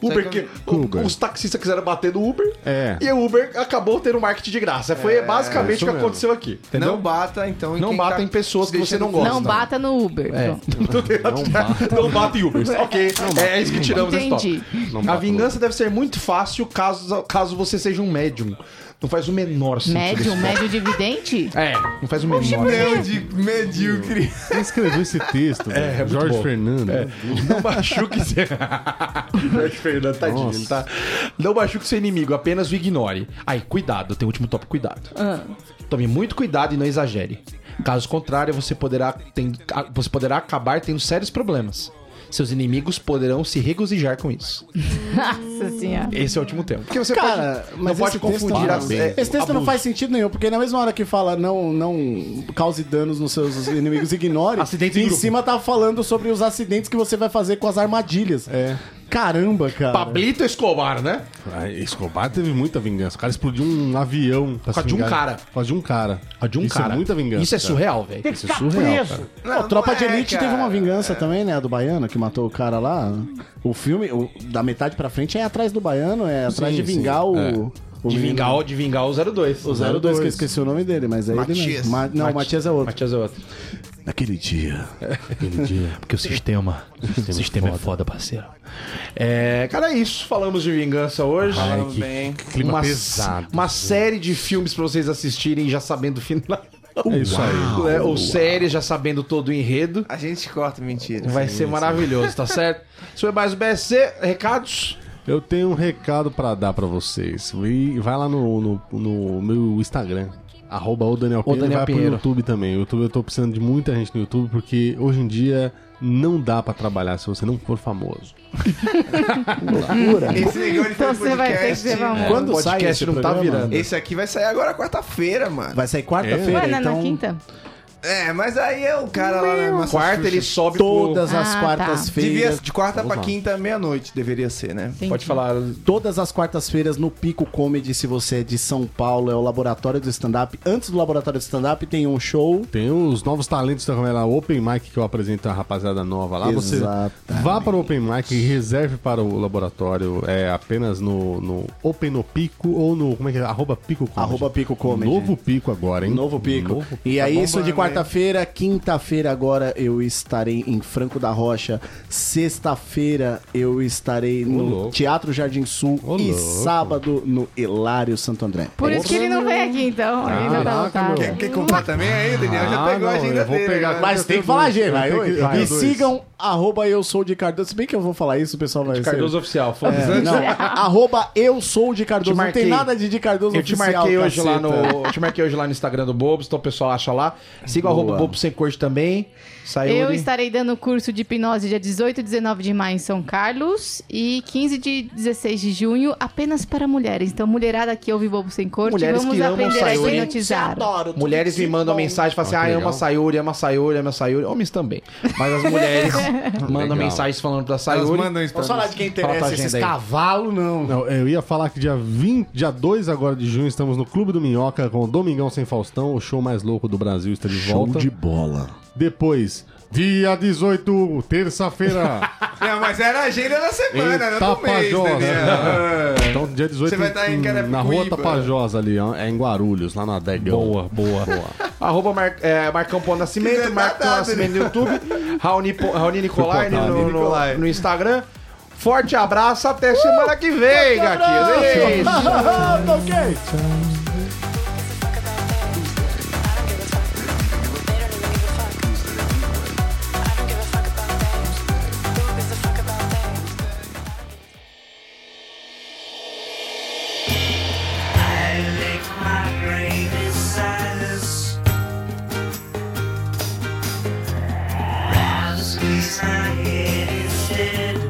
S1: Uber que, o-
S7: Uber.
S1: os taxistas quiseram bater no Uber
S7: É.
S1: e o Uber acabou tendo marketing de graça. Foi basicamente o que aconteceu aqui. Entendeu?
S6: Não bata, então.
S1: Não
S6: quem
S1: bata em pessoas que você não gosta.
S3: Não bata no Uber. Pronto.
S1: Não bate Ubers. ok, é isso que tiramos esse
S3: Entendi.
S1: top. A vingança deve ser muito fácil caso, caso você seja um médium. Não faz o menor sentido.
S3: Médio, um médio dividente?
S1: É, não faz o menor
S6: Meu é de medíocre.
S7: Quem escreveu esse texto? velho?
S1: muito
S7: Jorge
S1: bom. É.
S7: Fernando.
S1: Não machuque seu. [LAUGHS] Jorge Fernando, tadinho, ele tá. Não machuque seu inimigo, apenas o ignore. Aí, cuidado, tem o último top, cuidado. Tome muito cuidado e não exagere. Caso contrário, você poderá, ten- a- você poderá acabar tendo sérios problemas. Seus inimigos poderão se regozijar com isso.
S3: Nossa senhora.
S1: Esse é o último tempo. Porque você
S2: Cara,
S1: pode, não
S2: mas
S1: pode
S2: esse texto
S1: confundir
S2: não-
S1: as. é,
S2: Esse texto não
S1: abuso.
S2: faz sentido nenhum, porque na mesma hora que fala não, não cause danos nos seus inimigos, ignore.
S1: Acidentes em
S2: em
S1: grupo.
S2: cima tá falando sobre os acidentes que você vai fazer com as armadilhas. É. Caramba, cara.
S1: Pablito Escobar, né?
S7: Ah, Escobar teve muita vingança. O cara explodiu um avião. Pra
S1: causa
S7: se
S1: de um
S7: vingar.
S1: cara.
S7: Por causa de um cara.
S1: A de um
S7: Isso
S1: cara.
S7: é muita vingança.
S1: Isso é
S7: cara.
S1: surreal, velho.
S7: Isso é surreal. Cara.
S2: Não, Tropa de
S6: é,
S2: Elite
S6: cara.
S2: teve uma vingança também, né? A do Baiano, que matou o cara lá. O filme, o- da metade pra frente, é atrás do Baiano, é atrás de
S7: Sim,
S2: vingar
S7: sim,
S2: o...
S7: é.
S2: o
S1: De
S2: menino-
S1: vingar, o- de vingar o 02.
S2: O 02, que eu esqueci o nome dele, mas é ele
S6: Matias.
S2: mesmo. Ma- não, o Matias é outro.
S1: Matias é outro.
S2: Naquele dia...
S7: Aquele dia.
S1: Porque o sistema. [LAUGHS] O sistema é foda, parceiro. É, cara, é isso. Falamos de vingança hoje.
S7: Ai,
S1: Falamos
S7: que,
S6: bem.
S7: que clima
S1: uma,
S7: pesado.
S1: uma série de filmes pra vocês assistirem já sabendo o final.
S7: É isso aí.
S1: né? Ou séries já sabendo todo o enredo.
S6: A gente corta mentira.
S1: Vai ser maravilhoso, tá [LAUGHS] certo? Isso foi mais o BSC. Recados?
S7: Eu tenho um recado pra dar pra vocês. E vai lá no, no, no meu Instagram. Arroba o Daniel Pinheiro. e
S1: Daniel
S7: vai
S1: Pinheiro.
S7: pro YouTube também. O YouTube eu tô precisando de muita gente no YouTube, porque hoje em dia não dá pra trabalhar se você não for famoso.
S6: Esse negócio de
S3: Então você vai ter que
S6: podcast,
S3: ser famoso.
S2: Quando
S1: o
S2: sai
S1: podcast
S2: esse
S1: não tá
S2: programa?
S1: virando.
S6: Esse aqui vai sair agora quarta-feira, mano.
S2: Vai sair quarta-feira,
S3: Ué, não é
S2: então...
S3: na quinta?
S6: É, mas aí é o cara lá na nossa
S1: Quarta
S6: Xuxa.
S1: ele sobe pro...
S2: Todas as
S3: Ah, tá.
S6: Devia,
S2: quartas-feiras...
S6: de quarta pra quinta, meia-noite, deveria ser, né?
S1: Pode falar.
S2: Todas as quartas-feiras no Pico Comedy, se você é de São Paulo, é o Laboratório do Stand-Up. Antes do Laboratório do Stand-Up tem um show.
S7: Tem os novos talentos da comédia lá, Open Mic, que eu apresento a rapaziada nova lá. Você
S2: Exatamente.
S7: vá para o Open Mic e reserve para o laboratório. É apenas no, no Open no Pico ou no. Como é que é? Arroba Pico Comedy.
S2: Arroba Pico Comedy.
S7: Novo Pico agora, hein?
S2: Novo Pico.
S7: Novo
S2: e é isso de
S6: bombando,
S2: quarta-feira. Quinta-feira agora eu estarei em Franco da Rocha. Sexta-feira eu estarei no
S7: louco.
S2: Teatro Jardim Sul.
S7: Ô,
S2: e
S7: louco.
S2: sábado no Hilário Santo André.
S3: Por isso que ele não vem aqui, então. ele não tá
S7: Caraca,
S3: lotado.
S7: meu.
S6: Quem comprar também aí, Daniel, já
S7: Ah,
S6: pegou a
S7: não,
S6: agenda
S7: eu vou
S6: dele. né?
S7: pegar
S6: agora.
S2: Mas
S7: Eu
S2: tem
S7: tenho
S2: que falar
S7: dois.
S2: G, vai.
S7: Eu tenho
S2: oi.
S1: Ah,
S7: que- eu
S1: é
S7: tenho
S2: E
S7: dois.
S2: sigam arroba eu sou de Cardoso. Se bem que eu vou falar isso, o pessoal vai ser.
S1: Cardoso Oficial. Foda-se.
S2: É,
S1: [LAUGHS]
S2: não, arroba eu sou de Cardoso.
S1: Te
S2: Não tem
S1: marquei.
S2: nada de de Cardoso
S1: Eu te
S2: oficial,
S1: marquei hoje lá
S2: caceta.
S1: no. Eu te marquei hoje lá no Instagram do Bobos, então o pessoal acha lá. Siga o arroba Bobo Sem Corte também. Saiu.
S3: Eu
S1: ali.
S3: estarei dando curso de hipnose dia 18 e 19 de maio em São Carlos e 15 de 16 de junho apenas para mulheres. Então, mulherada que ouve Bobo Sem Corte,
S1: Mulheres
S3: vamos
S1: que amam
S3: aprender a
S1: Sayuri.
S3: hipnotizar.
S1: Mulheres me mandam mensagem e falam assim:
S7: Ah, que
S1: ah,
S7: legal.
S1: ama Sayuri, ama Sayuri, ama Sayuri. Homens também. Mas as mulheres mandam
S7: Legal.
S1: mensagens falando pra
S6: Elas
S1: Sayuri.
S6: mandam isso pra
S2: Vamos
S6: nós.
S2: falar de quem
S1: Fala tua
S2: interessa esses
S1: agenda aí.
S2: [LAUGHS] cavalos, não.
S7: Não, é, eu ia falar que dia 20, dia 2 agora de junho, estamos no Clube do Minhoca com o Domingão Sem Faustão, o show mais louco do Brasil está de volta.
S2: bola.
S7: Depois, dia 18,
S6: [LAUGHS]
S7: terça-feira.
S6: Não, mas era a agenda da semana, não do mês, É.
S7: Tapajós.
S6: Daniel.
S7: Então, dia 18,
S6: Você vai estar em Carapicuíba.
S7: na rua Tapajós ali, ó, é em Guarulhos, lá na adega. Boa, boa.
S1: Arroba Mar, é, Marcão Pão Nascimento,
S6: Quiser
S1: Marcão
S6: dar dado,
S1: Nascimento no YouTube, Raoni, Po- Raoni Nicolai,
S7: Nicolai.
S1: no, no-
S6: Nicolai.
S1: no Instagram. Forte abraço, até semana que vem, gatinhas. É isso.
S2: Tá
S10: Squeeze my head instead.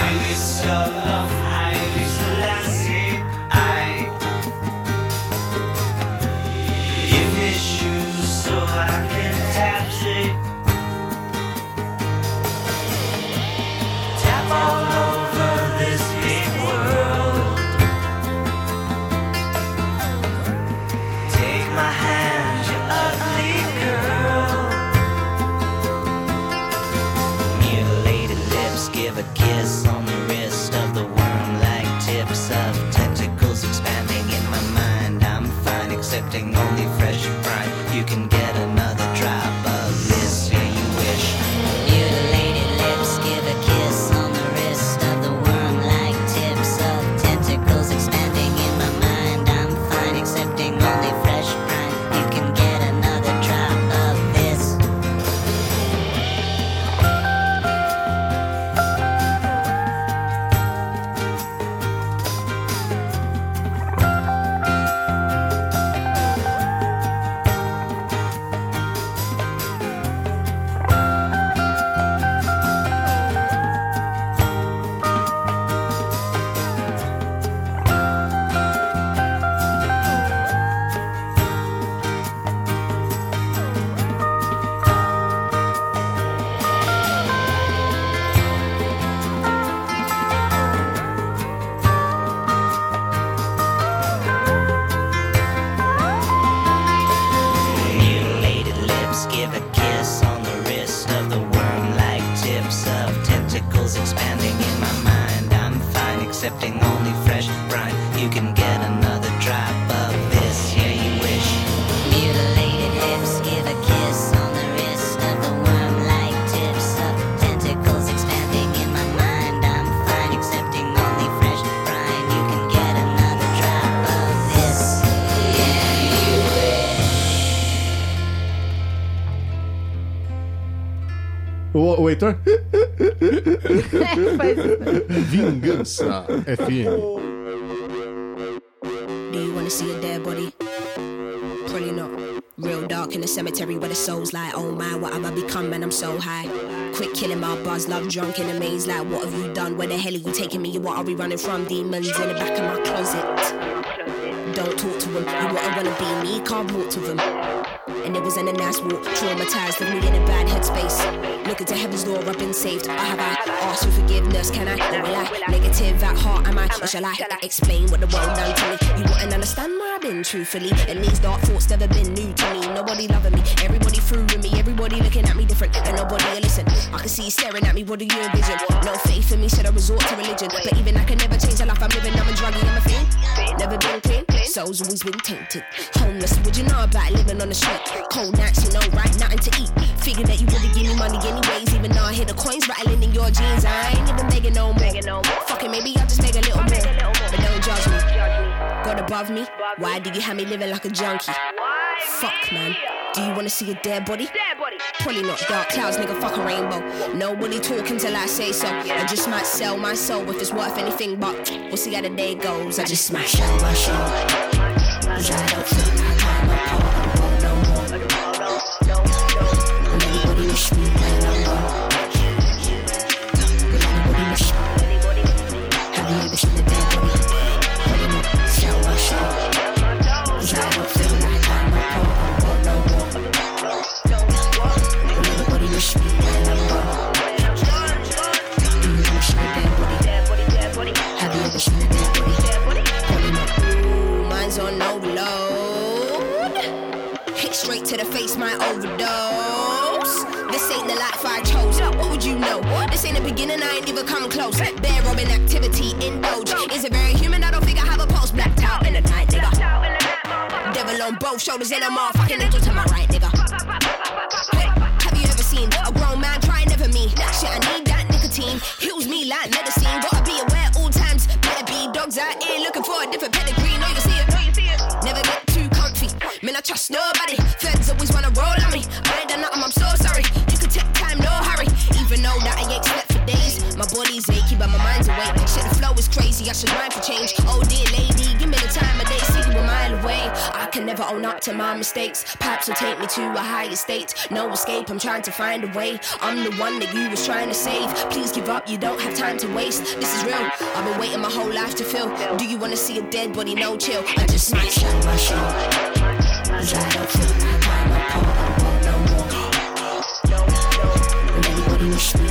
S10: of Haile Selassie, I give me shoes so I can tap it. Tap all over this big world. Take my hand, you ugly girl. Mutilated lips give a kiss on the wrist of the worm like tips of tentacles expanding in my mind. I'm fine, accepting only fresh pride. You can get another drop of this, yeah, you wish.
S11: Mutilated lips give a kiss on the wrist of the worm-like tips of tentacles expanding in my mind. I'm fine accepting only fresh pride. You can get another drop of this.
S10: Mutilated lips give a kiss on the wrist of the worm like tips of tentacles expanding in my mind. I'm fine accepting only fresh brine. You can get another drop of this, yeah, you wish.
S11: Mutilated lips give a kiss on the wrist of the worm-like tips of tentacles expanding in my mind. I'm fine accepting only fresh pride. You can get another drop of this. Yeah, you wish.
S2: O, o Heitor?
S3: Faz isso.
S7: [LAUGHS] Vingança FM.
S11: Do you wanna see a dead body? Probably not. Real dark in the cemetery where the souls lie. Oh my, what have I become? Man, I'm so high. Quick killing my buzz, love drunk in a maze. Like, what have you done? Where the hell are you taking me? What are we running from? Demons in the back of my closet. Don't talk to them. You what I wanna be, me can't walk to them. And it was an a nice walk, traumatized, with me in a bad headspace. Look into heaven's door, I've been saved. I have I asked for forgiveness, can I? Or will I? Negative at heart, am I? Or shall I explain what the world done to me? You wouldn't understand where I've been, truthfully. And these dark thoughts never been new to me. Nobody loving me, everybody through with me, everybody looking at me different. And nobody will listen. I can see you staring at me, what do you envision? No faith in me, should I resort to religion? But even I can never change the life I'm living, I'm a druggie, I'm a fiend. Never been clean, soul's always been tainted. Homeless, would you know about living on the street? Cold nights, you know, right? Nothing to eat. Figure that you wouldn't give me money anyways, even though I hear the coins rattling in your jeans. I ain't even making no more. Fuck it, maybe I'll just make a little more. But don't judge me. God above me, why do you have me living like a junkie? Fuck, man. Do you wanna see a dead body? Probably not dark clouds, nigga, fuck a rainbow. Nobody talking till I say so. I just might sell my soul if it's worth anything, but we'll see how the day goes. I just smash out my show. 'Cause I don't feel like I'm a part of the world no more. Will anybody wish me well I'm gone? Will anybody wish- Have you ever seen a dead body? Probably not. Shall I show? 'Cause I don't feel like I'm a part of the world no more. Will anybody wish me well I'm gone? Do you wish me dead body? Have you ever seen a dead body? Probably not. Ooh, mine's on overload. Hit straight to the face, my overdose. This ain't the life I chose. What would you know? This ain't the beginning, I ain't even come close. Bear robbing activity, indulge. Is it very human? I don't think I have a pulse. Blacked out in the night, nigga. Devil on both shoulders and a motherfucking angel to my right, nigga. Hey, have you ever seen a grown man trying over me? Shit, I need that nicotine. Heals me like medicine. Gotta be aware all times. Better be dogs out here looking for a different pedigree. Know you see it. Never get too comfy. Man, I trust nobody. Feds always wanna roll on me. I ain't done nothing, I'm so sorry. You can take time, no hurry. Even though that I ain't slept for days. My body's achy, but my mind's awake. Shit, the flow is crazy, I should mind for change. Oh, dear lady, give me the time of day. See you a mile away. I can never own up to my mistakes. Pipes will take me to a higher state. No escape, I'm trying to find a way. I'm the one that you was trying to save. Please give up, you don't have time to waste. This is real. I've been waiting my whole life to feel. Do you wanna see a dead body? No chill. I just might shut my show. 'Cause I don't feel like I'm a poor. I want no more. And everybody wish me